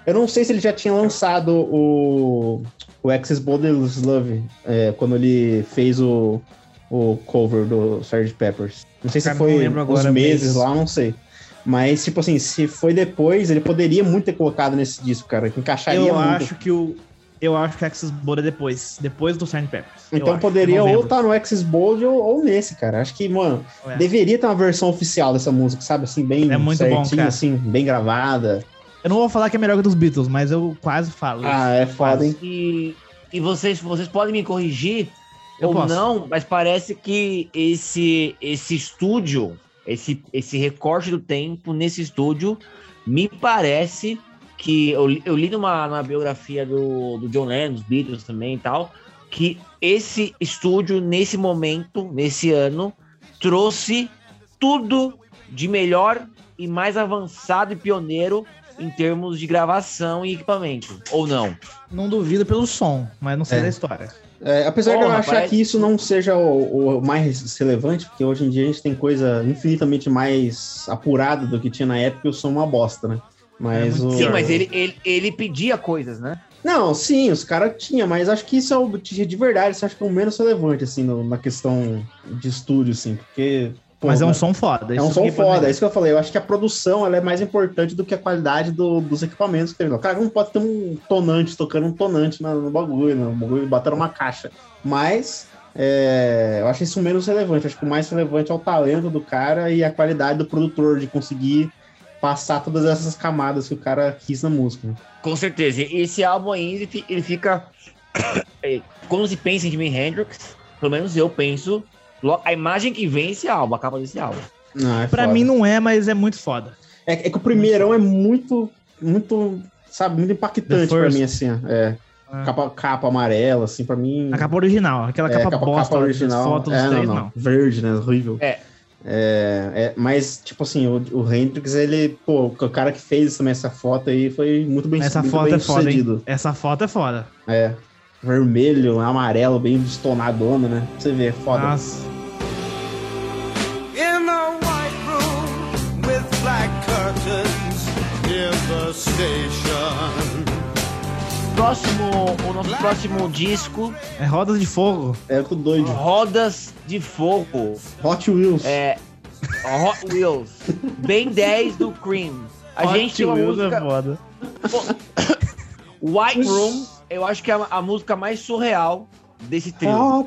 Eu não sei se ele já tinha lançado o, o Access Bottles Love é, quando ele fez o, o cover do Sgt. Peppers. Não sei se
Cara, não
foi
lembro
uns
agora,
meses
mas-
lá, não sei. Mas, tipo assim, se foi depois, ele poderia muito ter colocado nesse disco, cara. que Encaixaria
Eu
muito.
acho que o. Eu acho que o Axis Bora é depois. Depois do Sgt. Peppers. Eu
Então
acho, em
poderia ou
novembro.
estar no Xbox Bold ou, ou nesse, cara. Acho que, mano,
É.
deveria ter uma versão oficial dessa música, sabe? Assim, bem
É muito bom, cara.
assim, bem gravada.
Eu não vou falar que é melhor que a dos Beatles, mas eu quase falo.
Ah, é foda, hein?
E, e vocês, vocês podem me corrigir
Eu
ou
posso.
não, mas parece que esse, esse estúdio, esse, esse recorte do tempo nesse estúdio, me parece que eu, li- eu li numa, numa biografia do, do John Lennon, dos Beatles também e tal, que esse estúdio, nesse momento, nesse ano, trouxe tudo de melhor e mais avançado e pioneiro em termos de gravação e equipamento, ou não?
Não duvido pelo som, mas não sei
É.
da história.
É, apesar de eu
Porra,
achar
parece-
que isso não seja o, o mais relevante, porque hoje em dia a gente tem coisa infinitamente mais apurada do que tinha na época e o som é uma bosta, né? Mas
É muito
o...
Sim, mas ele, ele, ele pedia coisas, né?
Não, sim, os caras tinham, mas acho que isso é o de de verdade, isso acho que é o menos relevante, assim, no- na questão de estúdio, assim, porque. pô,
mas é um
né?
som foda.
É um
isso
som
aqui pra
foda,
mim-
é isso que eu falei. Eu acho que a produção ela é mais importante do que a qualidade do- dos equipamentos que tem. O cara não pode ter um tonante, tocando um tonante na- no bagulho, no bagulho batendo uma caixa. Mas é, eu acho isso menos relevante. Acho que o mais relevante é o talento do cara e a qualidade do produtor de conseguir passar todas essas camadas que o cara quis na música. né?
Com certeza. E Esse álbum aí, ele, fi- ele fica. É, Quando se pensa em Jimi Hendrix, pelo menos eu penso. lo- A imagem que vem é esse álbum, a capa desse álbum.
Não, é
Pra
foda.
mim não é, mas é muito foda.
É, é que o primeirão é muito, muito, sabe, muito impactante pra
first.
mim, assim. ó. É, capa, capa amarela, assim, pra mim.
A capa original, aquela
É,
capa, bosta,
capa
as fotos
É,
dos três, não.
não, não. Verde, né? Horrível.
É.
É, é, mas, tipo assim, o, o Hendrix, ele, pô, o cara que fez também essa foto aí foi muito bem,
Essa
muito
foto
bem
é foda, hein?
sucedido.
Essa foto é foda.
É. Vermelho, amarelo, bem destonadona, né? Pra Você vê, é foda.
Nossa.
in a white room with black curtains near the station.
Próximo, o nosso próximo disco,
É rodas de fogo.
É que doido.
Rodas de Fogo.
Hot Wheels.
É. Hot Wheels. Bem 10 do Cream. A
Hot
gente tem uma
Wheels
música.
é foda.
White Room, eu acho que é a, a música mais surreal desse
É.
trio.
Ah.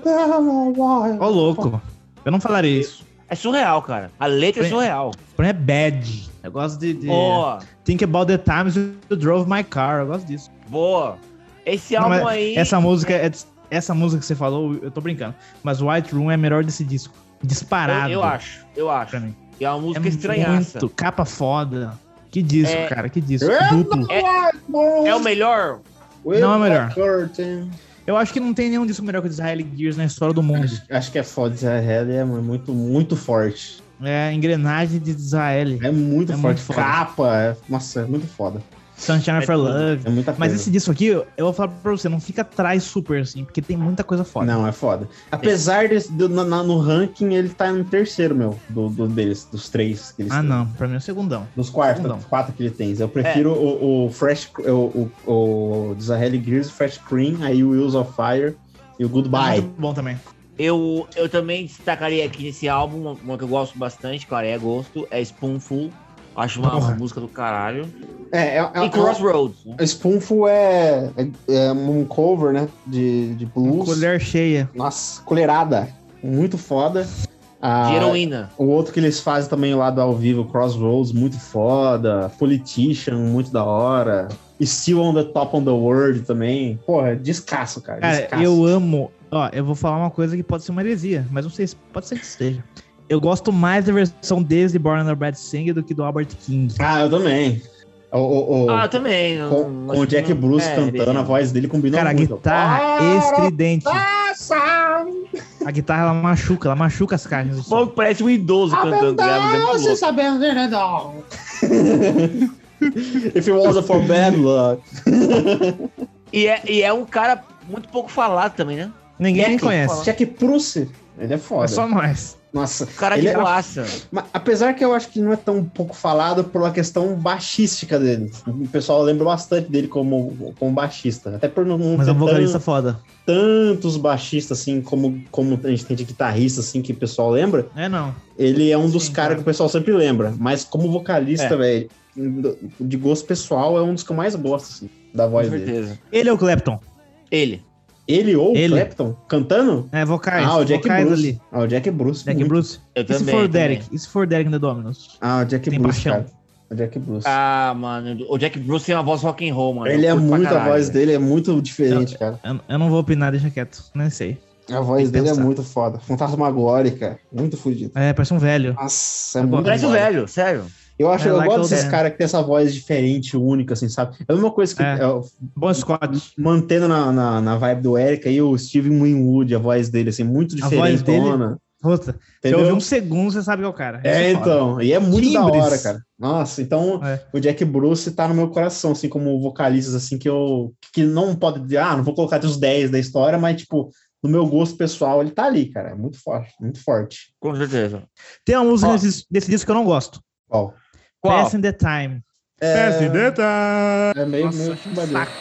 Foda.
Ô, louco. Eu não falaria isso.
É surreal, cara. A letra é
Bem-
surreal.
Pra mim é bad. Eu gosto de. de-
Boa,
Think about the times you drove my car. Eu gosto disso.
boa. Esse
Não,
álbum
mas
aí.
Essa música, é, essa música que você falou, eu tô brincando. Mas White Room é a melhor desse disco. Disparado.
Eu, eu acho, eu acho.
Pra mim.
E é uma música
é
estranhaça.
muito. Capa foda. Que disco,
É-
cara. Que disco.
É,
Duplo.
É o melhor.
Não é melhor.
Curtain.
Eu acho que não tem nenhum disco melhor que o Israel Gears na história do mundo.
Acho que é foda. Israel é muito, muito forte.
É engrenagem de Israel.
É muito
É
forte.
muito foda.
Capa. é- Nossa, é muito foda.
Sunshine
É
for
tudo.
Love.
É muita
Mas
coisa.
esse disco aqui, eu vou falar pra você, não fica atrás super assim, porque tem muita coisa foda.
Não, é foda. Apesar desse- do- na- na- no ranking, ele tá em terceiro, meu, do, do deles, dos três que eles
Ah,
têm.
não. Pra mim é o segundão.
Dos quatro,
Não. É.
quatro que ele tem. Eu prefiro o, o Fresh, o, o, o Disraeli Gears, Fresh Cream, aí o Wheels of Fire e o
É
Goodbye.
Muito bom também.
Eu, eu também destacaria aqui nesse álbum, uma- uma que eu gosto bastante, claro, é gosto, é Spoonful. Acho uma
Porra.
música do caralho.
É, é, é,
E Crossroads. né?
é- Spoonful é, é, é um cover, né, de, de blues.
Colher cheia.
Nossa, colherada. Muito foda. Ah,
De
um
heroína.
O outro que eles fazem também lá do ao vivo, Crossroads, muito foda. Politician, muito da hora. Still on the Top on the World também. Porra, descasso, cara.
Cara,
descasso.
eu amo. Ó, eu vou falar uma coisa que pode ser uma heresia, mas não sei se pode ser que seja. Eu gosto mais da versão deles de Born Under Bad Singer do que do Albert King.
Ah, eu também. O, o- o-
Ah, eu também. eu
com,
não-
com
acho
o
que
Jack
não-
Bruce
é,
cantando, a voz dele combinou
Cara, a
muito.
guitarra
Ah,
estridente.
Nossa!
A guitarra ela machuca, ela machuca as caixas. do som.
Bom, parece um idoso
Ah,
cantando. né? Mas é muito louco.
sabendo, If it wasn't for bad luck.
E é, e é um cara muito pouco falado também, né?
Ninguém
Jack,
conhece.
Jack Bruce, ele é foda.
É só nós.
Nossa,
Um Cara de
ele é-
boaça.
Ma- Apesar que eu acho que não é tão pouco falado pela questão baixística dele. O pessoal lembra bastante dele como, como baixista. Até por não
Mas é
ter
um vocalista
tan-
foda.
tantos baixistas, assim, como, como a gente tem de guitarrista, assim, que o pessoal lembra.
É não.
Ele é um dos
Sim,
caras
claro.
que o pessoal sempre lembra. Mas como vocalista,
É.
velho, de gosto pessoal, é um dos que eu mais gosto, assim, da
Com
voz dele.
certeza.
Ele é o Clapton.
Ele.
Ele ou
Ele.
o Clapton cantando?
É vocais.
ah, o Jack
vocais
Bruce.
ali.
Ah, o Jack Bruce.
Jack
muito.
Bruce.
Eu
E se
também.
for o
também.
Derek? E se for o Derek The Dominos?
Ah, o Jack
Tem
Bruce,
paixão.
cara. O Jack Bruce.
Ah, mano. O Jack Bruce tem uma voz rock and roll, mano.
Ele
Eu
é
curto pra
muito, a
caralho.
voz dele é muito diferente, cara.
Eu, eu não vou opinar, deixa quieto. Nem sei.
A voz dele
pensar.
é muito foda. Fantasmagórica. Muito fodido.
É, parece um velho.
Nossa, é
Eu
muito
Parece um
foda.
velho, sério.
Eu acho,
I
eu
like
gosto
old
desses
man.
caras que tem essa voz diferente, única, assim, sabe? É a mesma coisa que,
É.
é,
Bom Scott.
mantendo na, na, na vibe do Eric aí, o Steven Winwood, a voz dele, assim, muito
A voz dele-
diferentona.
Puta, se eu
Entendeu?
ouvir um segundo, você sabe que é o cara.
É,
Isso foda.
então. E é muito da
Timbres.
hora, cara. Nossa, então
É.
o Jack Bruce tá no meu coração, assim, como vocalistas, assim, que eu. que não pode dizer, ah, não vou colocar entre os 10 da história, mas, tipo, no meu gosto pessoal, ele tá ali, cara. É muito forte, muito forte.
Com certeza.
Tem uma música
Ó.
desse, desse disco que eu não gosto.
Ó,
Qual?
Pass in the Time.
É,
the Time.
é meio,
Nossa,
meio
que
chumbadeiro.
saco.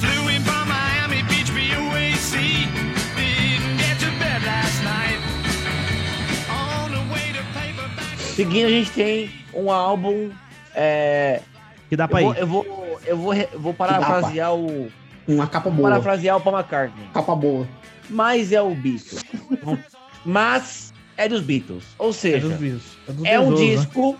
Flew in from Miami Beach, BUAC. Didn't get to bed last night. On the way to paperback.
Seguindo, a gente tem um álbum. É,
Que dá
eu,
pra
vou,
ir.
eu, vou, eu vou re- vou parafrasear o.
Uma capa boa.
Parafrasear o Paul McCartney.
Capa boa.
Mas é o Beatles. Mas é dos Beatles. Ou
É
seja,
dos Beatles. dos
é um
Beatles, né?
disco.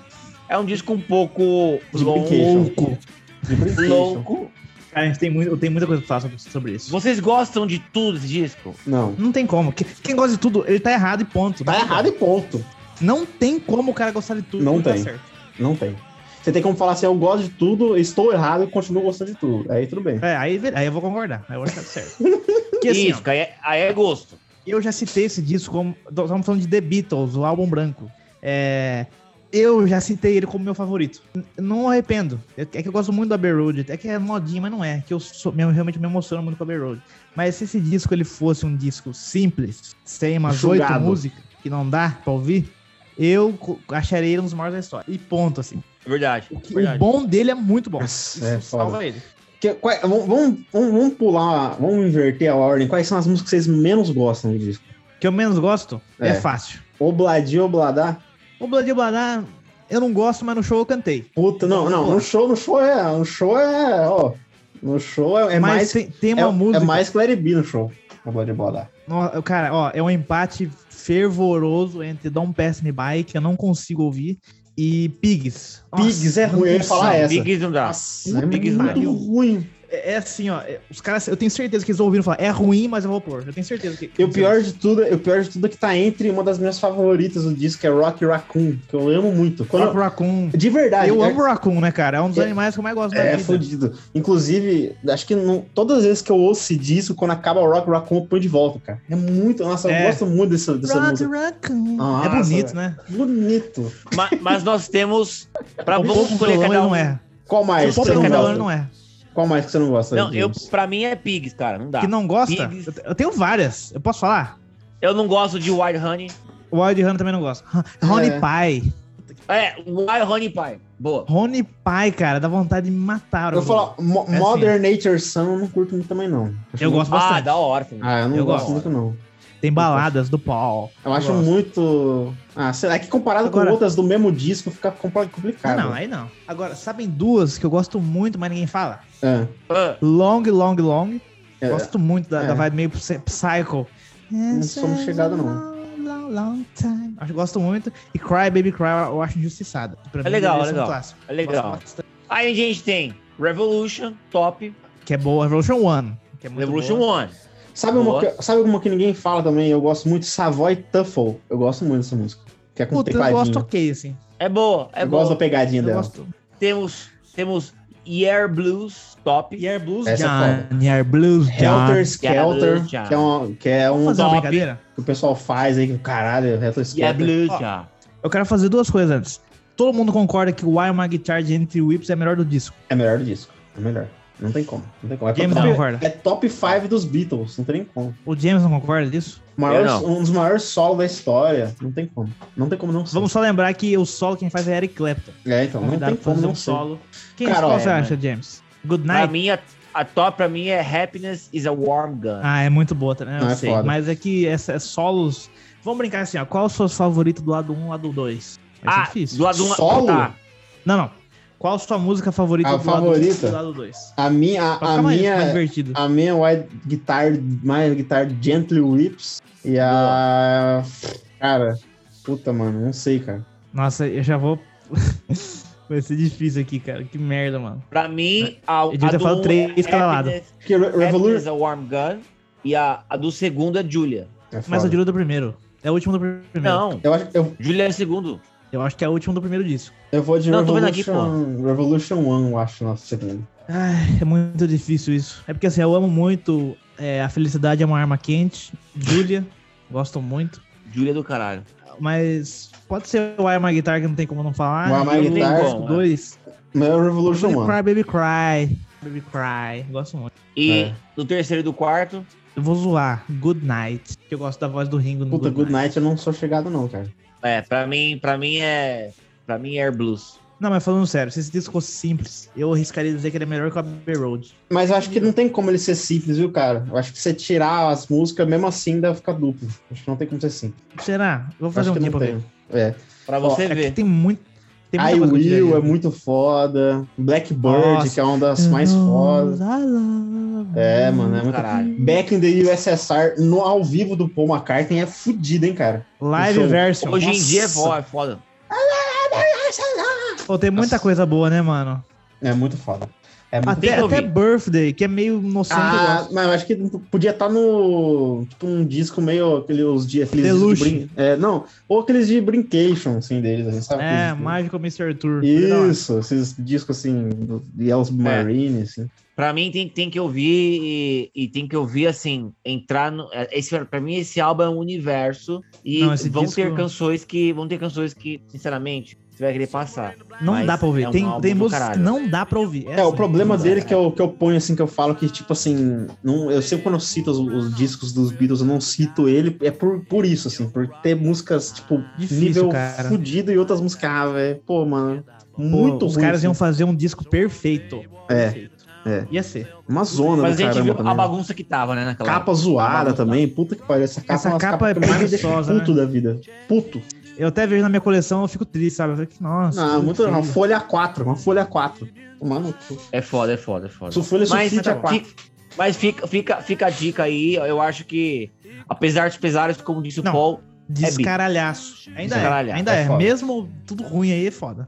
É um disco um pouco
De
longo,
brinquedo.
Louco.
De brinquedo.
louco.
Cara, a gente tem muito, eu tenho muita coisa pra falar sobre, sobre isso.
Vocês gostam de tudo esse disco?
Não.
Não tem como. Que- Quem gosta de tudo, ele tá errado e ponto.
Tá
Não-
errado e ponto.
Não tem como o cara gostar de tudo.
Não
tá
tem.
certo.
Não tem. Você tem como falar assim, eu gosto de tudo, estou errado e continuo gostando de tudo. Aí tudo bem.
É, aí, aí eu vou concordar. Aí eu vou tá certo. Porque assim, ó,
Isso, aí é, aí é gosto.
eu já citei esse disco como. nós Estamos falando de The Beatles, o álbum branco. É, eu já citei ele como meu favorito. N- Não arrependo. É que é que eu gosto muito do Abbey Road. É que é modinha, mas não é. Que eu sou- me- eu realmente me emociono muito com o Abbey Road. Mas se esse disco ele fosse um disco simples, sem umas oito
Enxugado.
músicas que não dá pra ouvir, eu co- acharia ele um dos maiores da história. E ponto, assim.
É Verdade.
O, que- o
verdade.
bom dele é muito bom.
Nossa,
Isso
é
salva
foda.
ele.
Que- qual é- vamos, vamos, vamos- vamos pular, vamos inverter a ordem. Quais são as músicas que vocês menos gostam do disco?
O que eu menos gosto é,
É.
fácil.
Obladia, obladá?
O Bloody Bladá, eu não gosto, mas no show eu cantei.
Puta, não, não. No show, no show é. No show é. Ó, no show é, é
mas
mais.
tem, tem
é,
uma música. Tá.
é mais Clary B no show. Obladia, obladá.
No- Cara, ó, é um empate fervoroso entre Don't Pass Me By, que eu não consigo ouvir, e Pigs. Nossa,
Pigs é
não
ruim, eu ia
consigo.
falar essa.
Bigs não dá.
Nossa, é
Pigs não
muito
dá.
ruim.
É, é assim, ó. é- os caras, eu tenho certeza que eles ouviram falar, é ruim, mas eu vou pôr. Eu tenho certeza que.
E o pior é de tudo, o pior de tudo é que tá entre uma das minhas favoritas do disco, que é Rock Raccoon, que eu amo muito.
Eu
Quando,
amo Raccoon.
de verdade,
Eu
é-
amo Raccoon, né, cara? É um dos
É-
animais que eu mais gosto da
É
vida.
fodido. Inclusive, acho que não- todas as vezes que eu ouço esse disco, quando acaba o Rock Raccoon, eu ponho de volta, cara. É muito. Nossa,
É.
eu gosto muito dessa, dessa
Rock
música.
Raccoon.
Nossa,
é bonito,
velho.
né?
Bonito.
Ma- Mas, nós temos. Pra
o
vamos
povo
escolher
violão, ele
cada um.
não é.
Qual mais?
O
Que
povo
você
não
não
violão,
gosta?
ele não é.
Qual mais que você não gosta?
Não, eu,
James?
pra mim é Pigs, cara. Não dá.
Que não gosta?
Pigs.
Eu te- Eu tenho várias. Eu posso falar?
Eu não gosto de Wild Honey.
O Wild Honey também não gosta. Honey Pie.
É, Wild Honey Pie. Boa.
Honey Pie, cara, dá vontade de me matar.
Eu
mano.
falo, Mo-
É
Modern Nature Sun, eu não curto muito também, não. Acho
Eu
muito-
gosto bastante.
Ah, da hora. Filho.
Ah, eu não
eu
gosto
gosto.
muito, não.
Tem baladas do Paul.
Eu acho
gosto.
muito. Ah, sei lá, é que comparado
Agora-
com outras do mesmo disco, fica compl-
Ah,
complicado.
não, aí não. Agora, sabem duas que eu gosto muito, mas ninguém fala?
É.
Ah,
Long, Long, Long.
É.
Gosto muito da,
É.
da vibe meio psy- psycho. Não
somos chegado, não.
Long, long time. Acho que gosto muito. E Cry Baby Cry eu acho injustiçada. Pra
É legal, é
deveria ser um
legal.
clássico.
é legal.
Gosto bastante.
Aí a gente tem Revolution, top.
Que é boa. Revolution One. Que é muito
Revolution
boa.
One.
Sabe uma,
Boa.
que, sabe uma que ninguém fala também? Eu gosto muito Savoy Tuffle. Eu gosto muito dessa música. Que é com
Puta, eu
tecladinho.
gosto ok, assim.
É boa, é
eu
boa.
gosto da pegadinha
Eu
dela.
gosto.
Temos, temos Year Blues, top.
E Air Blues
Essa é
John. E Air Blues
Helter
John.
Skelter,
Já.
que é, uma, que é
Vamos
um
fazer uma
top
brincadeira?
que o pessoal faz aí, que caralho, é Helter
Year
Skelter.
Blues,
Ó.
já.
Eu quero fazer duas coisas antes. Todo mundo concorda que o Why My Guitar de Entre Whips é melhor do disco.
É melhor do disco, é melhor. Não tem como, não tem como. É
James
top,
concorda.
é top 5 dos Beatles, não tem como.
O James não concorda disso?
O maior-
Eu não.
um dos maiores solos da história, não tem como. Não tem como não ser.
Vamos só lembrar que o solo quem faz é Eric Clapton.
É, então, não
Convidado
tem
pra
como
fazer
não
um
ser.
solo. Quem
Cara,
qual
ó, né?
você
é,
acha, James? Good
Pra
Night?
mim, a, a top pra mim é Happiness is a Warm Gun.
Ah, é muito boa também, eu
Não, é
sei.
foda.
Mas é que essa, é solos... Vamos brincar assim, ó. Qual o seu favorito do lado 1 um, lado 2?
Ah, do lado um-
Solo?
Tá.
Não, não. Qual a sua música favorita
A
do
favorita?
lado 1 um, e do lado 2?
A minha, Ah, a, a
mais
minha,
divertido.
a minha é White Guitar, My Guitar Gently Whips e a... Cara, puta, mano, não sei, cara.
Nossa, eu já vou... Vai ser difícil aqui, cara. Que merda, mano.
Pra mim, a,
Né? devia
a
ter falado
um
três
é
escalada.
Happiness-
Porque Re- Revolution...
Happiness is a Warm Gun. E a, a do segundo é Julia.
É
Mas
foda.
eu diria do primeiro. É o último do primeiro.
Não,
Eu acho que eu,
Julia é segundo.
Eu acho que é a última do primeiro disco.
Eu vou de
Não, tô vendo aqui,
Revolution, Revolution One, eu acho, tá nosso segundo.
Ai, é muito difícil isso. É porque assim, eu amo muito é, A Felicidade é uma Arma Quente, Julia, gosto muito.
Júlia é do caralho.
Mas pode ser o Arma Guitar que não tem como não falar.
O Why My
Eu
Guitar, é
gosto
né?
dois.
Mas é o Revolution
Baby Cry, Baby
One.
Cry. Baby Cry. Gosto muito.
E
É.
do terceiro e do quarto,
Eu vou zoar. Good Night. Que eu gosto da voz do Ringo no
Puta, Good Night eu não sou chegado não, cara.
é, pra mim, pra mim é. Pra mim é Air Blues.
Não, mas falando sério, se esse disco fosse simples, eu arriscaria dizer que ele é melhor que o Abbey Road.
Mas eu acho que não tem como ele ser simples, viu, cara? Eu acho que você tirar as músicas, mesmo assim, deve ficar duplo. Acho que não tem como ser simples.
Será? Eu Vou fazer
acho
um
que
tempo
não
pra ver.
tem. É.
Pra você
É que
ver.
tem muito. Tem muita
I
coisa né? que eu
Will
diria.
é muito foda. Blackbird,
Nossa.
que é uma das mais fodas. É, mano, é muito...
Caralho.
Back in the USSR, no ao vivo do Paul McCartney, é fudido, hein, cara?
Live
Show.
version.
Hoje em dia é
Nossa.
foda, é foda.
Pô, tem muita
Nossa.
coisa boa, né, mano?
É muito foda. É muito
Até,
que ouvir.
até Birthday, que é meio nocente. eu
Ah,
Ah, gosto.
mas eu acho que podia estar no. Tipo, um disco meio. Aqueles dias. Aqueles discos de
Deluxe.
brin- é, não, ou aqueles de brincation, assim, deles, assim, sabe?
é,
Aqueles de-
Magical Mystery Tour.
Isso, esses discos, assim, do- de
É.
Els Marine, assim.
Pra mim tem, tem que ouvir e, e tem que ouvir assim, entrar no. é, Esse, pra mim, esse álbum é um universo. E
Não, esse
vão ter
disco-
canções que. Vão ter canções que, sinceramente, você vai querer passar.
Não
Mas
dá pra ouvir.
é um
tem
álbum
tem
do
músicas que
caralho.
não dá pra ouvir.
É, o problema
não dá,
dele
né?
que eu, que eu ponho, assim, que eu falo que, tipo, assim, não, eu sempre quando eu cito os, os discos dos Beatles, eu não cito ele, é por, por isso, assim, por ter músicas, tipo,
Difícil,
nível
cara.
fudido e outras músicas, ah, velho, pô, mano,
Muito
é muito
Os
ruim,
caras iam
assim.
fazer um disco perfeito.
É, é.
Ia ser.
Uma zona
Mas
do
a gente viu
caramba também.
a bagunça que tava, né, naquela.
Capa zoada também, puta que pariu. Essa capa,
Essa
é umas
capa
capas
é
que me deixa
preguiçosa,
puto da vida. Puto.
Eu até vejo na minha coleção, eu fico triste, sabe? Eu falei que, nossa.
Não,
que
muito não.
feio.
Uma folha A4, uma folha A4. Mano,
É foda, é foda, é foda.
sua folha
Mas, então,
sulfite A4.
fica, mas fica, fica, fica a dica aí. Eu acho que, apesar dos pesares, como disse o
Não.
Paul,
Descaralhaço. Ainda é.
Descaralhaço,
Ainda
é
é.
foda.
Mesmo tudo ruim aí, é foda.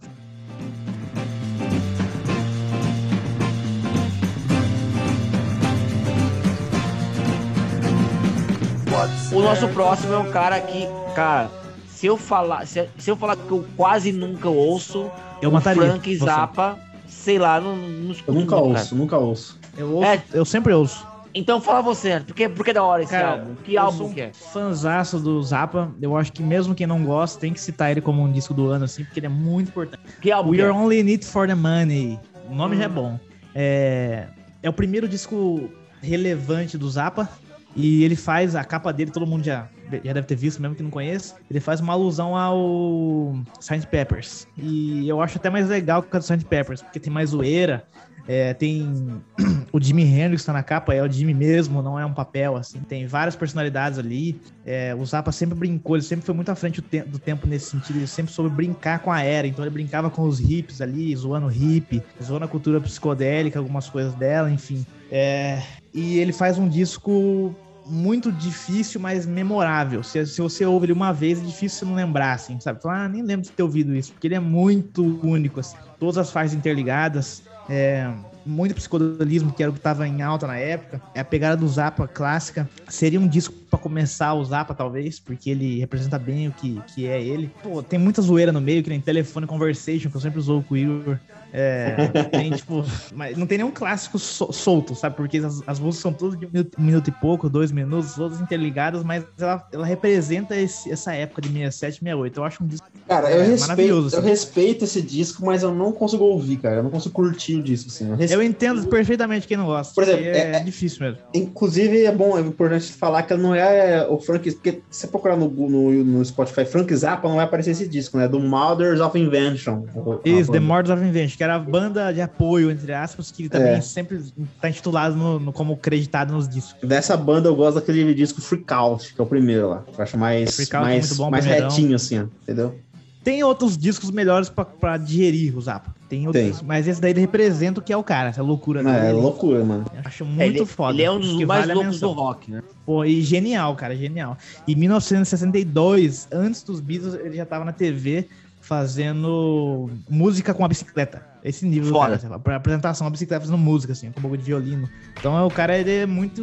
o nosso próximo é um cara que, cara, se eu falar, se, se eu falar que eu quase nunca ouço,
Eu
o
mataria.
Frank
você.
Zappa, sei lá, não, não escuto
Eu nunca
cara.
ouço, nunca ouço.
Eu, ouço-
É.
eu sempre ouço.
Então fala você, porque porque é da hora esse
Cara,
álbum? Que
eu
álbum
sou um
que é?
Fanzaço do Zappa. Eu acho que mesmo quem não gosta tem que citar ele como um disco do ano, assim, porque ele é muito importante.
Que álbum?
We
Que é?
Are Only in It for the Money. O nome já é bom. É, é o primeiro disco relevante do Zappa. E ele faz a capa dele, todo mundo já, já deve ter visto, mesmo que não conheça. Ele faz uma alusão ao Sgt. Peppers. E eu acho até mais legal que a do Sgt. Peppers, porque tem mais zoeira. é, tem o Jimi Hendrix tá na capa, é o Jimi mesmo, não é um papel, assim. Tem várias personalidades ali. É, o Zappa sempre brincou, ele sempre foi muito à frente do, te- do tempo nesse sentido. Ele sempre soube brincar com a era. Então ele brincava com os hips ali, zoando o hip, zoando a cultura psicodélica, algumas coisas dela, enfim. É, e ele faz um disco muito difícil, mas memorável. Se, se você ouve ele uma vez, é difícil você não lembrar, assim, sabe? Falar, ah, nem lembro de ter ouvido isso, porque ele é muito único, assim. Todas as faixas interligadas, é, muito psicodelismo, que era o que estava em alta na época. É a pegada do Zappa clássica. Seria um disco para começar o Zappa, talvez, porque ele representa bem o que, que é ele. Pô, tem muita zoeira no meio, que nem Telefone Conversation, que eu sempre usou com o Igor. É, tem, tipo, mas não tem nenhum clássico so- solto, sabe? Porque as, as músicas são todas de um minuto, um minuto e pouco, dois minutos, todas interligadas, mas ela, ela representa esse- essa época de 67, 68. Eu acho um disco.
Cara, eu,
É,
respeito,
maravilhoso,
eu
assim.
respeito esse disco, mas eu não consigo ouvir, cara. Eu não consigo curtir o disco, assim. Eu respeito.
Eu entendo perfeitamente quem não gosta.
Por exemplo,
porque é,
é-
difícil mesmo.
Inclusive, é bom, é importante falar que não é o Frank. Porque se você procurar no, Gu- no, no Spotify Frank Zappa, não vai aparecer esse disco, né? Do Mothers of Invention.
Isso, The Mords of Invention, que era a banda de apoio, entre aspas, que também
É.
sempre tá intitulado no- no- como creditado nos discos.
Dessa banda eu gosto daquele disco Freak Out, que é o primeiro lá. Eu acho mais,
Freak Out é
mais,
muito bom,
mais
primeirão.
retinho, assim, ó, entendeu?
Tem outros discos melhores pra- pra digerir o Zappa. Tem outros, mas esse daí ele representa o que é o cara, essa loucura
É,
dele.
loucura, mano.
Acho
É,
muito
ele,
foda.
ele é um dos
que
mais
vale a
loucos do
menção.
rock, né?
Pô, e genial, cara, genial. Em 1962, antes dos Beatles, ele já tava na TV fazendo música com a bicicleta. Esse nível,
Foda.
cara, sei lá, pra apresentação, a bicicleta fazendo música, assim, com um pouco de violino. Então é, o cara ele é muito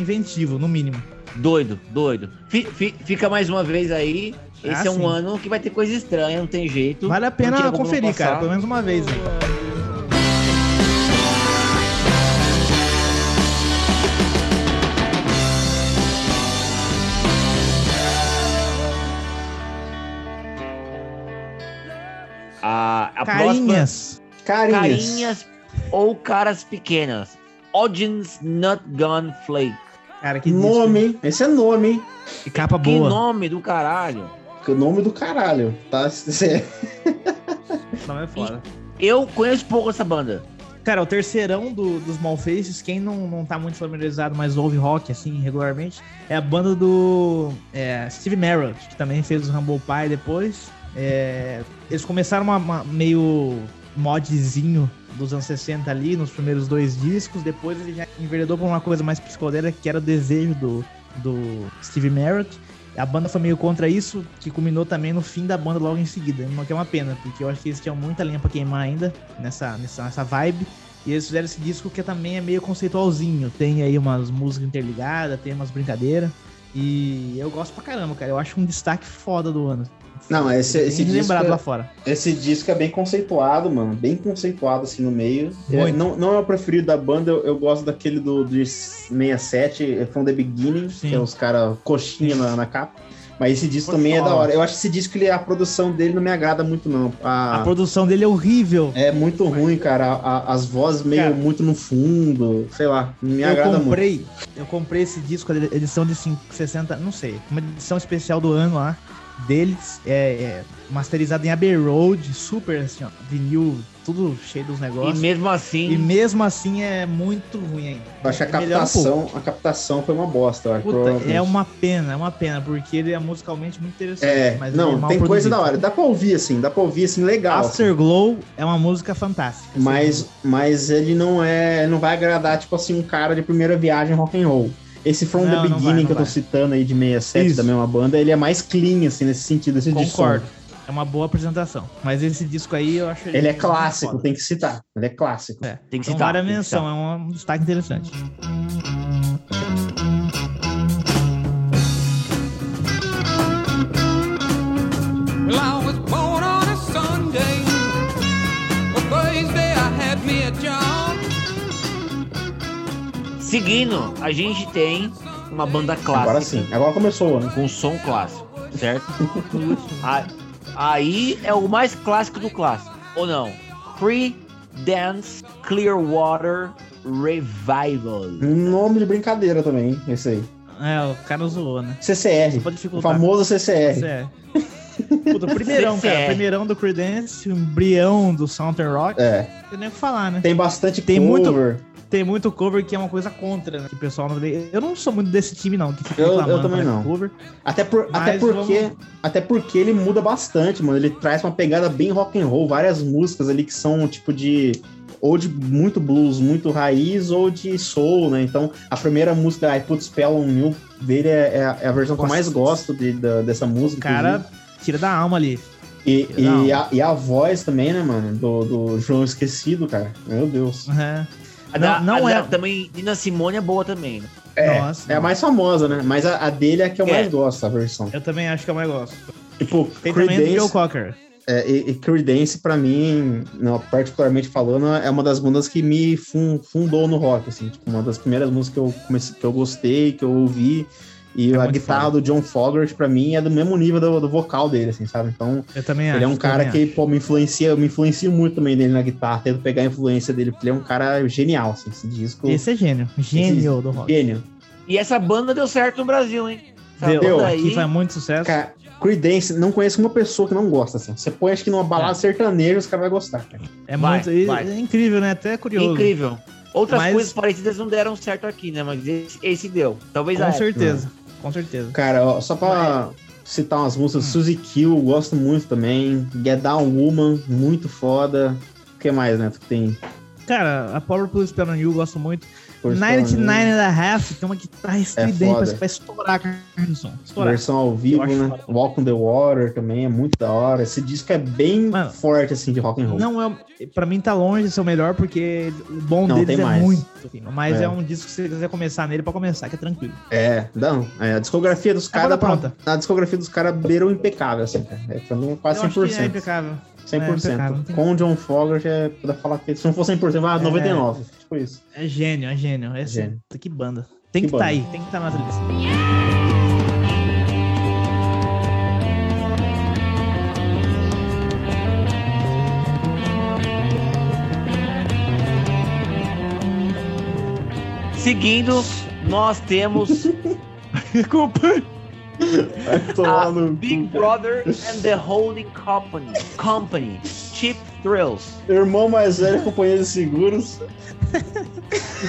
inventivo, no mínimo.
Doido, doido. Fi- fi- Fica mais uma vez aí Esse
Ah,
é um
sim.
ano que vai ter coisa estranha, não tem jeito.
Vale a
Não tinha
pena
como não
conferir,
passar.
cara, pelo menos uma vez. né?
A, a próxima,
Carinhas.
Carinhas.
carinhas ou caras pequenas. Audience Nut Gun Flake.
Cara, que
Que
disco,
nome. hein? Esse é nome, hein?
hein? E capa
Que
boa.
nome do caralho.
Que nome do caralho. Tá? Esse é-
Nome é foda.
Eu conheço pouco essa banda.
Cara, o terceirão do, dos Malfaces, quem não, não tá muito familiarizado, mas ouve rock assim regularmente, é a banda do é, Steve Merrill, que também fez o Humble Pie depois. É, eles começaram uma, uma- meio modzinho dos anos 60 ali, nos primeiros dois discos, depois ele já enveredou pra uma coisa mais psicodélica, que era o desejo do, do Steve Merritt. A banda foi meio contra isso, que culminou também no fim da banda logo em seguida, o que é uma pena, porque eu acho que eles tinham muita linha pra queimar ainda nessa, nessa, nessa vibe. E eles fizeram esse disco que também é meio conceitualzinho, tem aí umas músicas interligadas, tem umas brincadeiras. E eu gosto pra caramba, cara. Eu acho um destaque foda do ano.
Não, esse-
Bem
esse disco
lembrado
é-
lá fora.
Esse disco é bem conceituado, mano. Bem conceituado, assim, no meio.
Muito.
É, não, não é o preferido da banda, eu, eu gosto daquele do, do 67, é From the Beginning,
Sim.
que é os caras coxinha na, na capa. Mas esse disco também é da
Gostosa.
hora. Eu acho que esse disco, ele, a produção dele não me agrada muito, não.
A
A-
produção dele é horrível.
É muito ruim, cara. A- a- as vozes meio
Cara.
muito no fundo, sei lá, não É, me agrada
eu
muito.
comprei, eu comprei esse disco, a edição de 5, 60, não sei, uma edição especial do ano lá deles, é, é, masterizada em Abbey Road, super assim, ó, vinil, tudo cheio dos
E
negócios.
mesmo
E,
assim,
mesmo assim é muito ruim ainda.
Eu acho que a
Melhora um pouco.
captação, a captação foi uma bosta, eu acho.
Puta,
provavelmente.
é uma pena, é uma pena, porque ele é musicalmente muito interessante.
É,
mas ele
não,
é mal
tem coisa
produzido.
da hora. Dá pra ouvir, assim, dá pra ouvir, assim, legal. assim.
Afterglow é uma música fantástica. assim,
Mas, mas ele não é. Não vai agradar, tipo assim, um cara de primeira viagem rock and roll. Esse From
Não,
the
não
Beginning
vai, não
que eu tô
vai.
citando aí de 67
Isso.
da mesma banda, ele é mais clean, assim, nesse sentido. Esse de som.
concordo. É uma boa apresentação. Mas esse disco aí eu acho.
Ele é
muito
clássico,
foda.
tem que citar. Ele é clássico.
É.
tem que
Então,
citar.
vale a
tem que
menção,
citar.
é um destaque interessante.
Well, I was born on a Sunday. Well, Thursday I had me a job.
Seguindo, a gente tem uma banda clássica.
Agora sim, agora começou né? o ano.
Com som clássico, certo? A- Aí é o mais clássico do clássico, ou não? Free Dance Clearwater Revival.
Um Nome de brincadeira também, hein, esse aí.
É, o cara zoou, né?
CCR.
Só pra
É, O
dificultar.
famoso CCR.
É. Puta, o primeirão, cara.
CCR.
O primeirão do Creedence, o embrião do Southern Rock.
É.
Não tem nem o que falar, né?
Tem bastante
Tem muito-
cover.
Tem muito cover que é uma coisa contra, né? Que o pessoal não vê. Eu não sou muito desse time, não. Que fica
Eu- eu
reclamando
também
quando é
não.
cover.
Até, por-
Mas
até porque até porque ele muda bastante, mano. Ele traz uma pegada bem rock and roll, várias músicas ali que são tipo de ou de muito blues, muito raiz ou de soul, né? Então a primeira música I Put Spell on You dele é, é a- é a versão que eu mais gosto de- da- dessa música.
Cara, tira da alma ali.
inclusive. e,
não.
e a, e a voz também, né, mano? Do, do João Esquecido, cara. Meu Deus.
Uhum.
A Ah, da-
Não- não
a
é-
da- também Nina Simone é boa também. né?
É,
Nossa.
é a mais famosa, né? Mas a, a dele é a que eu
É.
mais gosto, a versão.
Eu também acho que é o mais gosto.
Tipo,
Tem também do Joe Cocker.
É, e, e Creedence, pra mim, não, particularmente falando, é uma das bandas que me fun- fundou no rock, assim, tipo, uma das primeiras músicas que eu, comecei, que eu gostei, que eu ouvi, e
É
a
muito
guitarra
foda.
do John Fogerty, pra mim, é do mesmo nível do, do vocal dele, assim, sabe? Então,
Eu também acho.
ele é um cara
também
que, pô, me influencia, eu me influencio muito também dele na guitarra, tento pegar a influência dele, porque ele é um cara genial, assim, esse disco...
acho. Esse é gênio. Gênio do rock.
Gênio.
E essa banda deu certo no Brasil, hein? Essa
Deu.
banda
Aqui
aí,
faz muito sucesso.
Cara, Creedence, não conheço uma pessoa que não gosta, assim. Você põe, acho que numa balada sertaneja, os caras vão gostar, cara.
É
Vai,
muito. e-
vai.
É incrível, né? Até curioso.
incrível. Outras
Mas-
coisas parecidas não deram certo aqui, né? Mas esse, esse deu. Talvez a
Com
época.
certeza. Com certeza.
Cara, ó, só pra citar umas músicas,
Hum.
Suzy Kill, eu gosto muito também. Get Down Woman, muito foda. O que mais, Neto, que tem?
Cara, a Power Plus Piano You eu gosto muito. 99 and a Half tem uma guitarra estridente,
é, né? foda.
parece que vai estourar a caixa de som. Estourar.
Versão ao vivo,
Eu acho
né?
foda.
Walk on the Water também é muito da hora. Esse disco é bem
Mano,
forte, assim, de rock and roll.
Não é, pra mim tá longe de ser o melhor, porque o bom
Não,
deles
tem
é
mais.
muito. acima, Mas é.
É.
um disco que se você quiser começar nele, pode começar, que é tranquilo.
É, não. é, a discografia dos
Tá bom,
caras.
pronta.
A discografia dos caras beirou impecável, assim, cara. É pra mim, quase
Eu acho que é
100%.
impecável. né?
100%.
impecável, não tem-
Com o John Fogler, já é pra falar que se não for 100%, vai
É.
99%. Tipo isso.
É gênio, é gênio. É
Gênio.
puta, Que banda. Tem que
Que
estar tá
banda.
aí, tem que estar tá na trilha.
Seguindo, nós temos. Desculpa.
Vai
a
tomar
Ah,
no
Big
cu.
Brother and the Holding Company. Company. Cheap Thrills.
Irmão mais velho, companhia de seguros.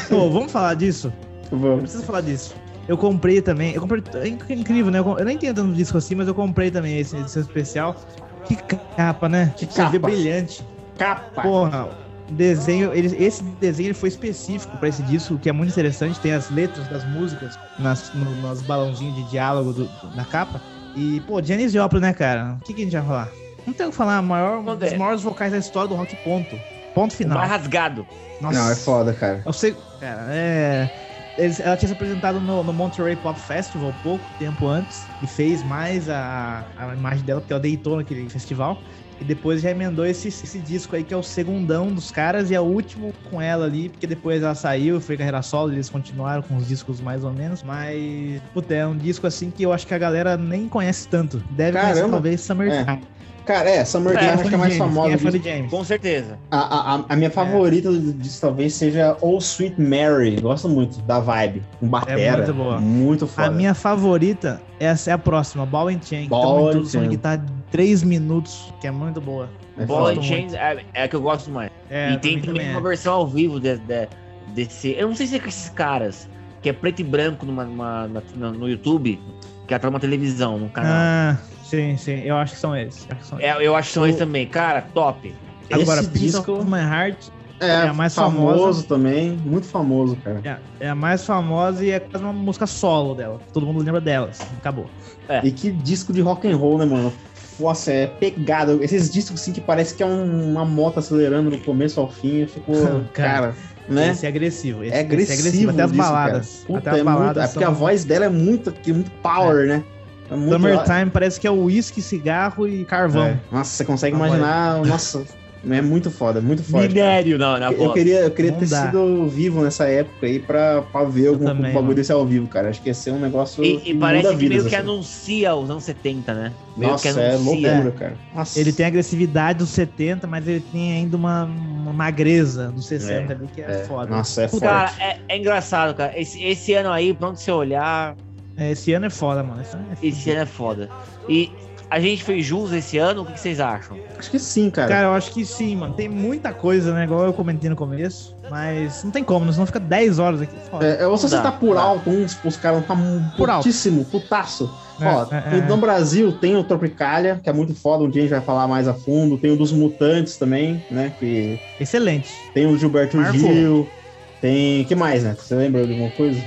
Pô, vamos falar disso? Eu
Vamos.
preciso falar disso. Eu comprei também. Eu comprei. É inc- incrível, né? Eu com- eu nem tenho tanto disco assim, mas eu comprei também esse edição especial. Que capa, né?
Que
CD
capa.
brilhante.
Capa.
Porra. Desenho, ele- esse desenho ele foi específico pra esse disco, que é muito interessante. Tem as letras das músicas nas, no, nos balãozinhos de diálogo do- do- na capa. E, pô, Janis Joplin, né, cara? O que, que a gente vai falar? Não tem o que falar, maior, um dos
Acontece.
maiores vocais da história do rock, ponto. Ponto final.
Vai rasgado.
Nossa.
Não, é foda, cara.
Eu sei, cara, é. eles- ela tinha se apresentado no, no Monterey Pop Festival pouco tempo antes e fez mais a, a imagem dela, porque ela deitou naquele festival. E depois já emendou esse, esse disco aí, que é o segundão dos caras, e é o último com ela ali, porque depois ela saiu, foi carreira solo, eles continuaram com os discos mais ou menos. Mas, puta, é um disco assim que eu acho que a galera nem conhece tanto. Deve conhecer
Caramba.
talvez Summertime.
Cara, é, Summer
É,
Jam acho que é mais famosa.
É
disso.
fã de James.
Com certeza.
A, a, a minha favorita disso talvez seja Oh Sweet Mary. Gosto muito da vibe. Um batera.
É muito boa.
Muito
A
foda.
minha favorita, essa é a próxima, Ball and Chain. que tem
Ball
uma
and
introdução de
Chain.
guitarra de 3 minutos, que é muito boa.
É
Ball
foda.
and Chains é, é a que eu gosto mais.
É,
e tem
pra mim
também
também
uma
é.
versão ao vivo de- de- desse. Eu não sei se é com esses caras, que é preto e branco numa, numa- na- na- no YouTube, que é atrás de uma televisão, num canal.
Ah, sim, sim, eu acho que são eles. Acho que são eles.
É, eu acho que são eles também. Cara, top.
Esse
Agora,
disco
Pistol of My Heart
é,
é a mais
famoso
famosa.
também. Muito famoso, cara.
é, é a mais famosa e é quase uma música solo dela. Todo mundo lembra delas. Acabou.
E que disco de rock and roll, né, mano? Nossa, é pegado. Esses discos assim que parece que é um- uma moto acelerando do começo ao fim. Eu fico,
Cara,
cara, né?
Esse é agressivo. Esse,
É agressivo,
esse é agressivo. Até as
o disco,
baladas.
cara. Puta,
Até as
é, muito, é
baladas.
porque a
são...
voz dela é muito, que- muito power, né? É muito
Summertime parece que é uísque, cigarro e carvão.
É. Nossa, você consegue
Agora-
imaginar. Nossa, é muito foda, muito forte. cara.
Minério na, na
Eu
voz.
queria, eu queria
Não
ter
dá.
sido vivo nessa época aí pra, pra ver algum
também,
bagulho
mano.
desse ao vivo, cara. Acho que ia ser um negócio.
E, e parece
muda
que meio
vidas,
que
assim.
anuncia os anos 70, né? Meio
Nossa,
que
é
anuncia.
loucura, cara. Nossa.
Ele tem a agressividade dos 70, mas ele tem ainda uma, uma magreza dos 60
É,
ali, que é,
É,
foda.
Nossa, é
Puta,
forte.
Cara, é, é engraçado, cara. Esse, esse ano aí, pra onde você olhar,
É, Esse ano é foda, mano. Esse ano é
esse ano é foda. E a gente fez jus esse ano, o que que vocês acham?
Acho que sim,
é
cara.
Cara, eu acho que sim, mano. Tem muita coisa, né? Igual eu comentei no começo. Mas não tem como, né? senão fica 10 horas aqui. Foda.
É, é, ou se você
dá,
tá por
dá.
alto, uns, os caras tá
Por alto.
putíssimo, putaço.
É,
Ó,
é, é.
no Brasil tem o Tropicália, que é muito foda, um dia a gente vai falar mais a fundo. Tem o dos Mutantes também, né? Que
é. Excelente.
tem o Gilberto
Marco.
Gil. Tem. que mais, né? Você lembra de alguma coisa?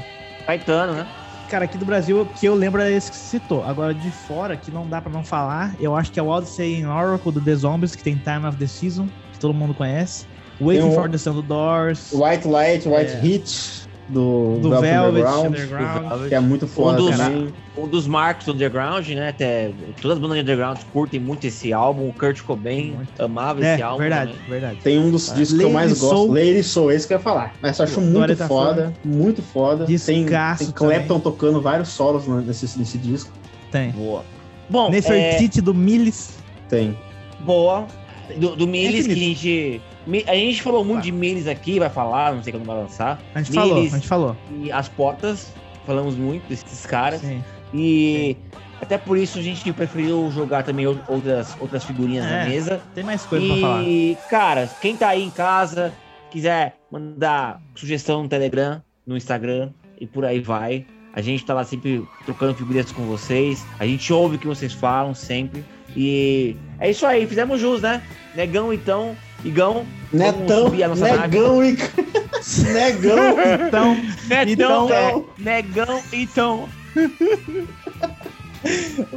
Caetano, né?
Cara, aqui do Brasil, que eu lembro é esse que você citou. Agora, de fora, que não dá pra não falar, eu acho que é o Odyssey in Oracle do The Zombies, que tem Time of the Season, que todo mundo conhece. Waiting
o-
um
for the Sun do Doors.
White Light, White
É.
Hit do,
Do
do
Velvet
Underground,
Underground.
que é muito foda
Um dos-
também.
Um dos marcos do underground, né? Até, todas as bandas de underground curtem muito esse álbum. O Kurt Cobain
Muito.
amava
É,
esse álbum.
verdade,
também.
verdade.
Tem um dos discos que eu
Lady
mais
Soul.
gosto, Lady Soul, esse que eu ia falar. Mas eu acho
Pô,
muito
Dolly tá
foda, muito foda. Tem,
Discaço
tem Clapton tocando vários solos na- nesse, nesse disco.
Tem.
Boa. Bom, é,
Nefertiti do Miles.
Tem.
boa. Do,
É
do Miles, que a
infinito.
gente. Mi- A gente falou
Tá.
muito de Miles aqui, vai falar, não sei quando vai lançar.
A gente
Miles.
falou, a gente falou.
E as portas, falamos muito desses caras.
Sim.
E até por isso a gente preferiu jogar também ou- outras, outras figurinhas na
É,
mesa.
Tem mais coisa pra falar.
E, cara, quem tá aí em casa, quiser mandar sugestão no Telegram, no Instagram e por aí vai. A gente tá lá sempre trocando figurinhas com vocês. A gente ouve o que vocês falam sempre. E é isso aí, fizemos jus, né? Negão, então. Igão,
Netão,
subir a nossa
Negão e Negão.
Então,
Negão,
Então-
é, negão, então.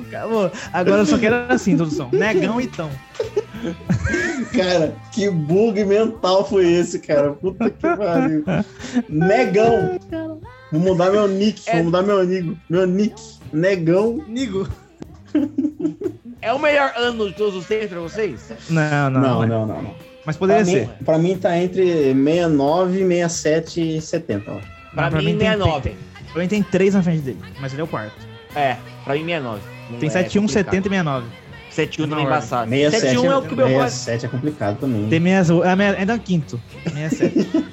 acabou. agora eu só quero assim, introdução. Negão, então.
Cara, que bug mental foi esse, cara? Puta que pariu. Negão. Vou mudar meu nick, vou mudar meu amigo. Meu nick. Negão.
Nigo.
É o melhor ano de todos os tempos pra vocês?
Não, não, não.
Não,
é.
não, não. não.
Mas
Pra,
poderia
mim,
ser.
pra mim tá entre 69, 67 e 70, ó.
Pra,
Não, pra
mim,
mim tem-
69.
Pra mim tem três na frente dele, mas ele é o quarto.
É, pra mim 69. Não
Tem
é
71,
complicado.
70 e 69.
71 também
Na ordem.
embaçado.
67,
71 é o que meu pai.
67 é complicado também.
Tem 68. ah, minha- Ainda é o quinto. 67.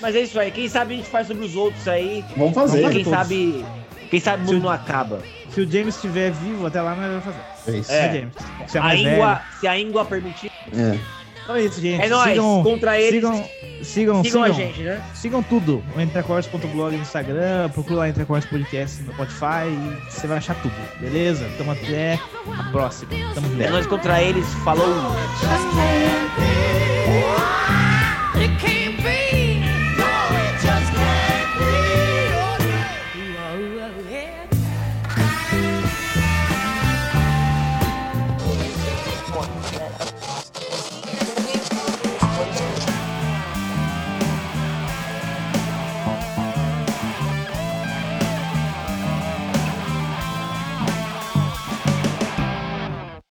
Mas é isso aí. Quem sabe a gente faz sobre os outros aí.
Vamos fazer.
E
Vamos
quem
fazer todos.
sabe. Quem sabe o mundo não acaba.
Se o James estiver vivo, até lá nós vamos fazer.
É isso.
É.
Né, James. Você é
A
mais velho.
íngua, se a íngua permitir.
É.
Então é isso, gente.
É nóis.
Sigam,
Contra eles.
sigam, sigam, sigam,
Sigam a gente, né?
sigam tudo. O Entrecortes.blog no Instagram, procura lá Entrecortes Podcast no Spotify e você vai achar tudo, beleza? Então até a próxima. Tamo
É
junto.
nós contra eles. Falou.
Just playing.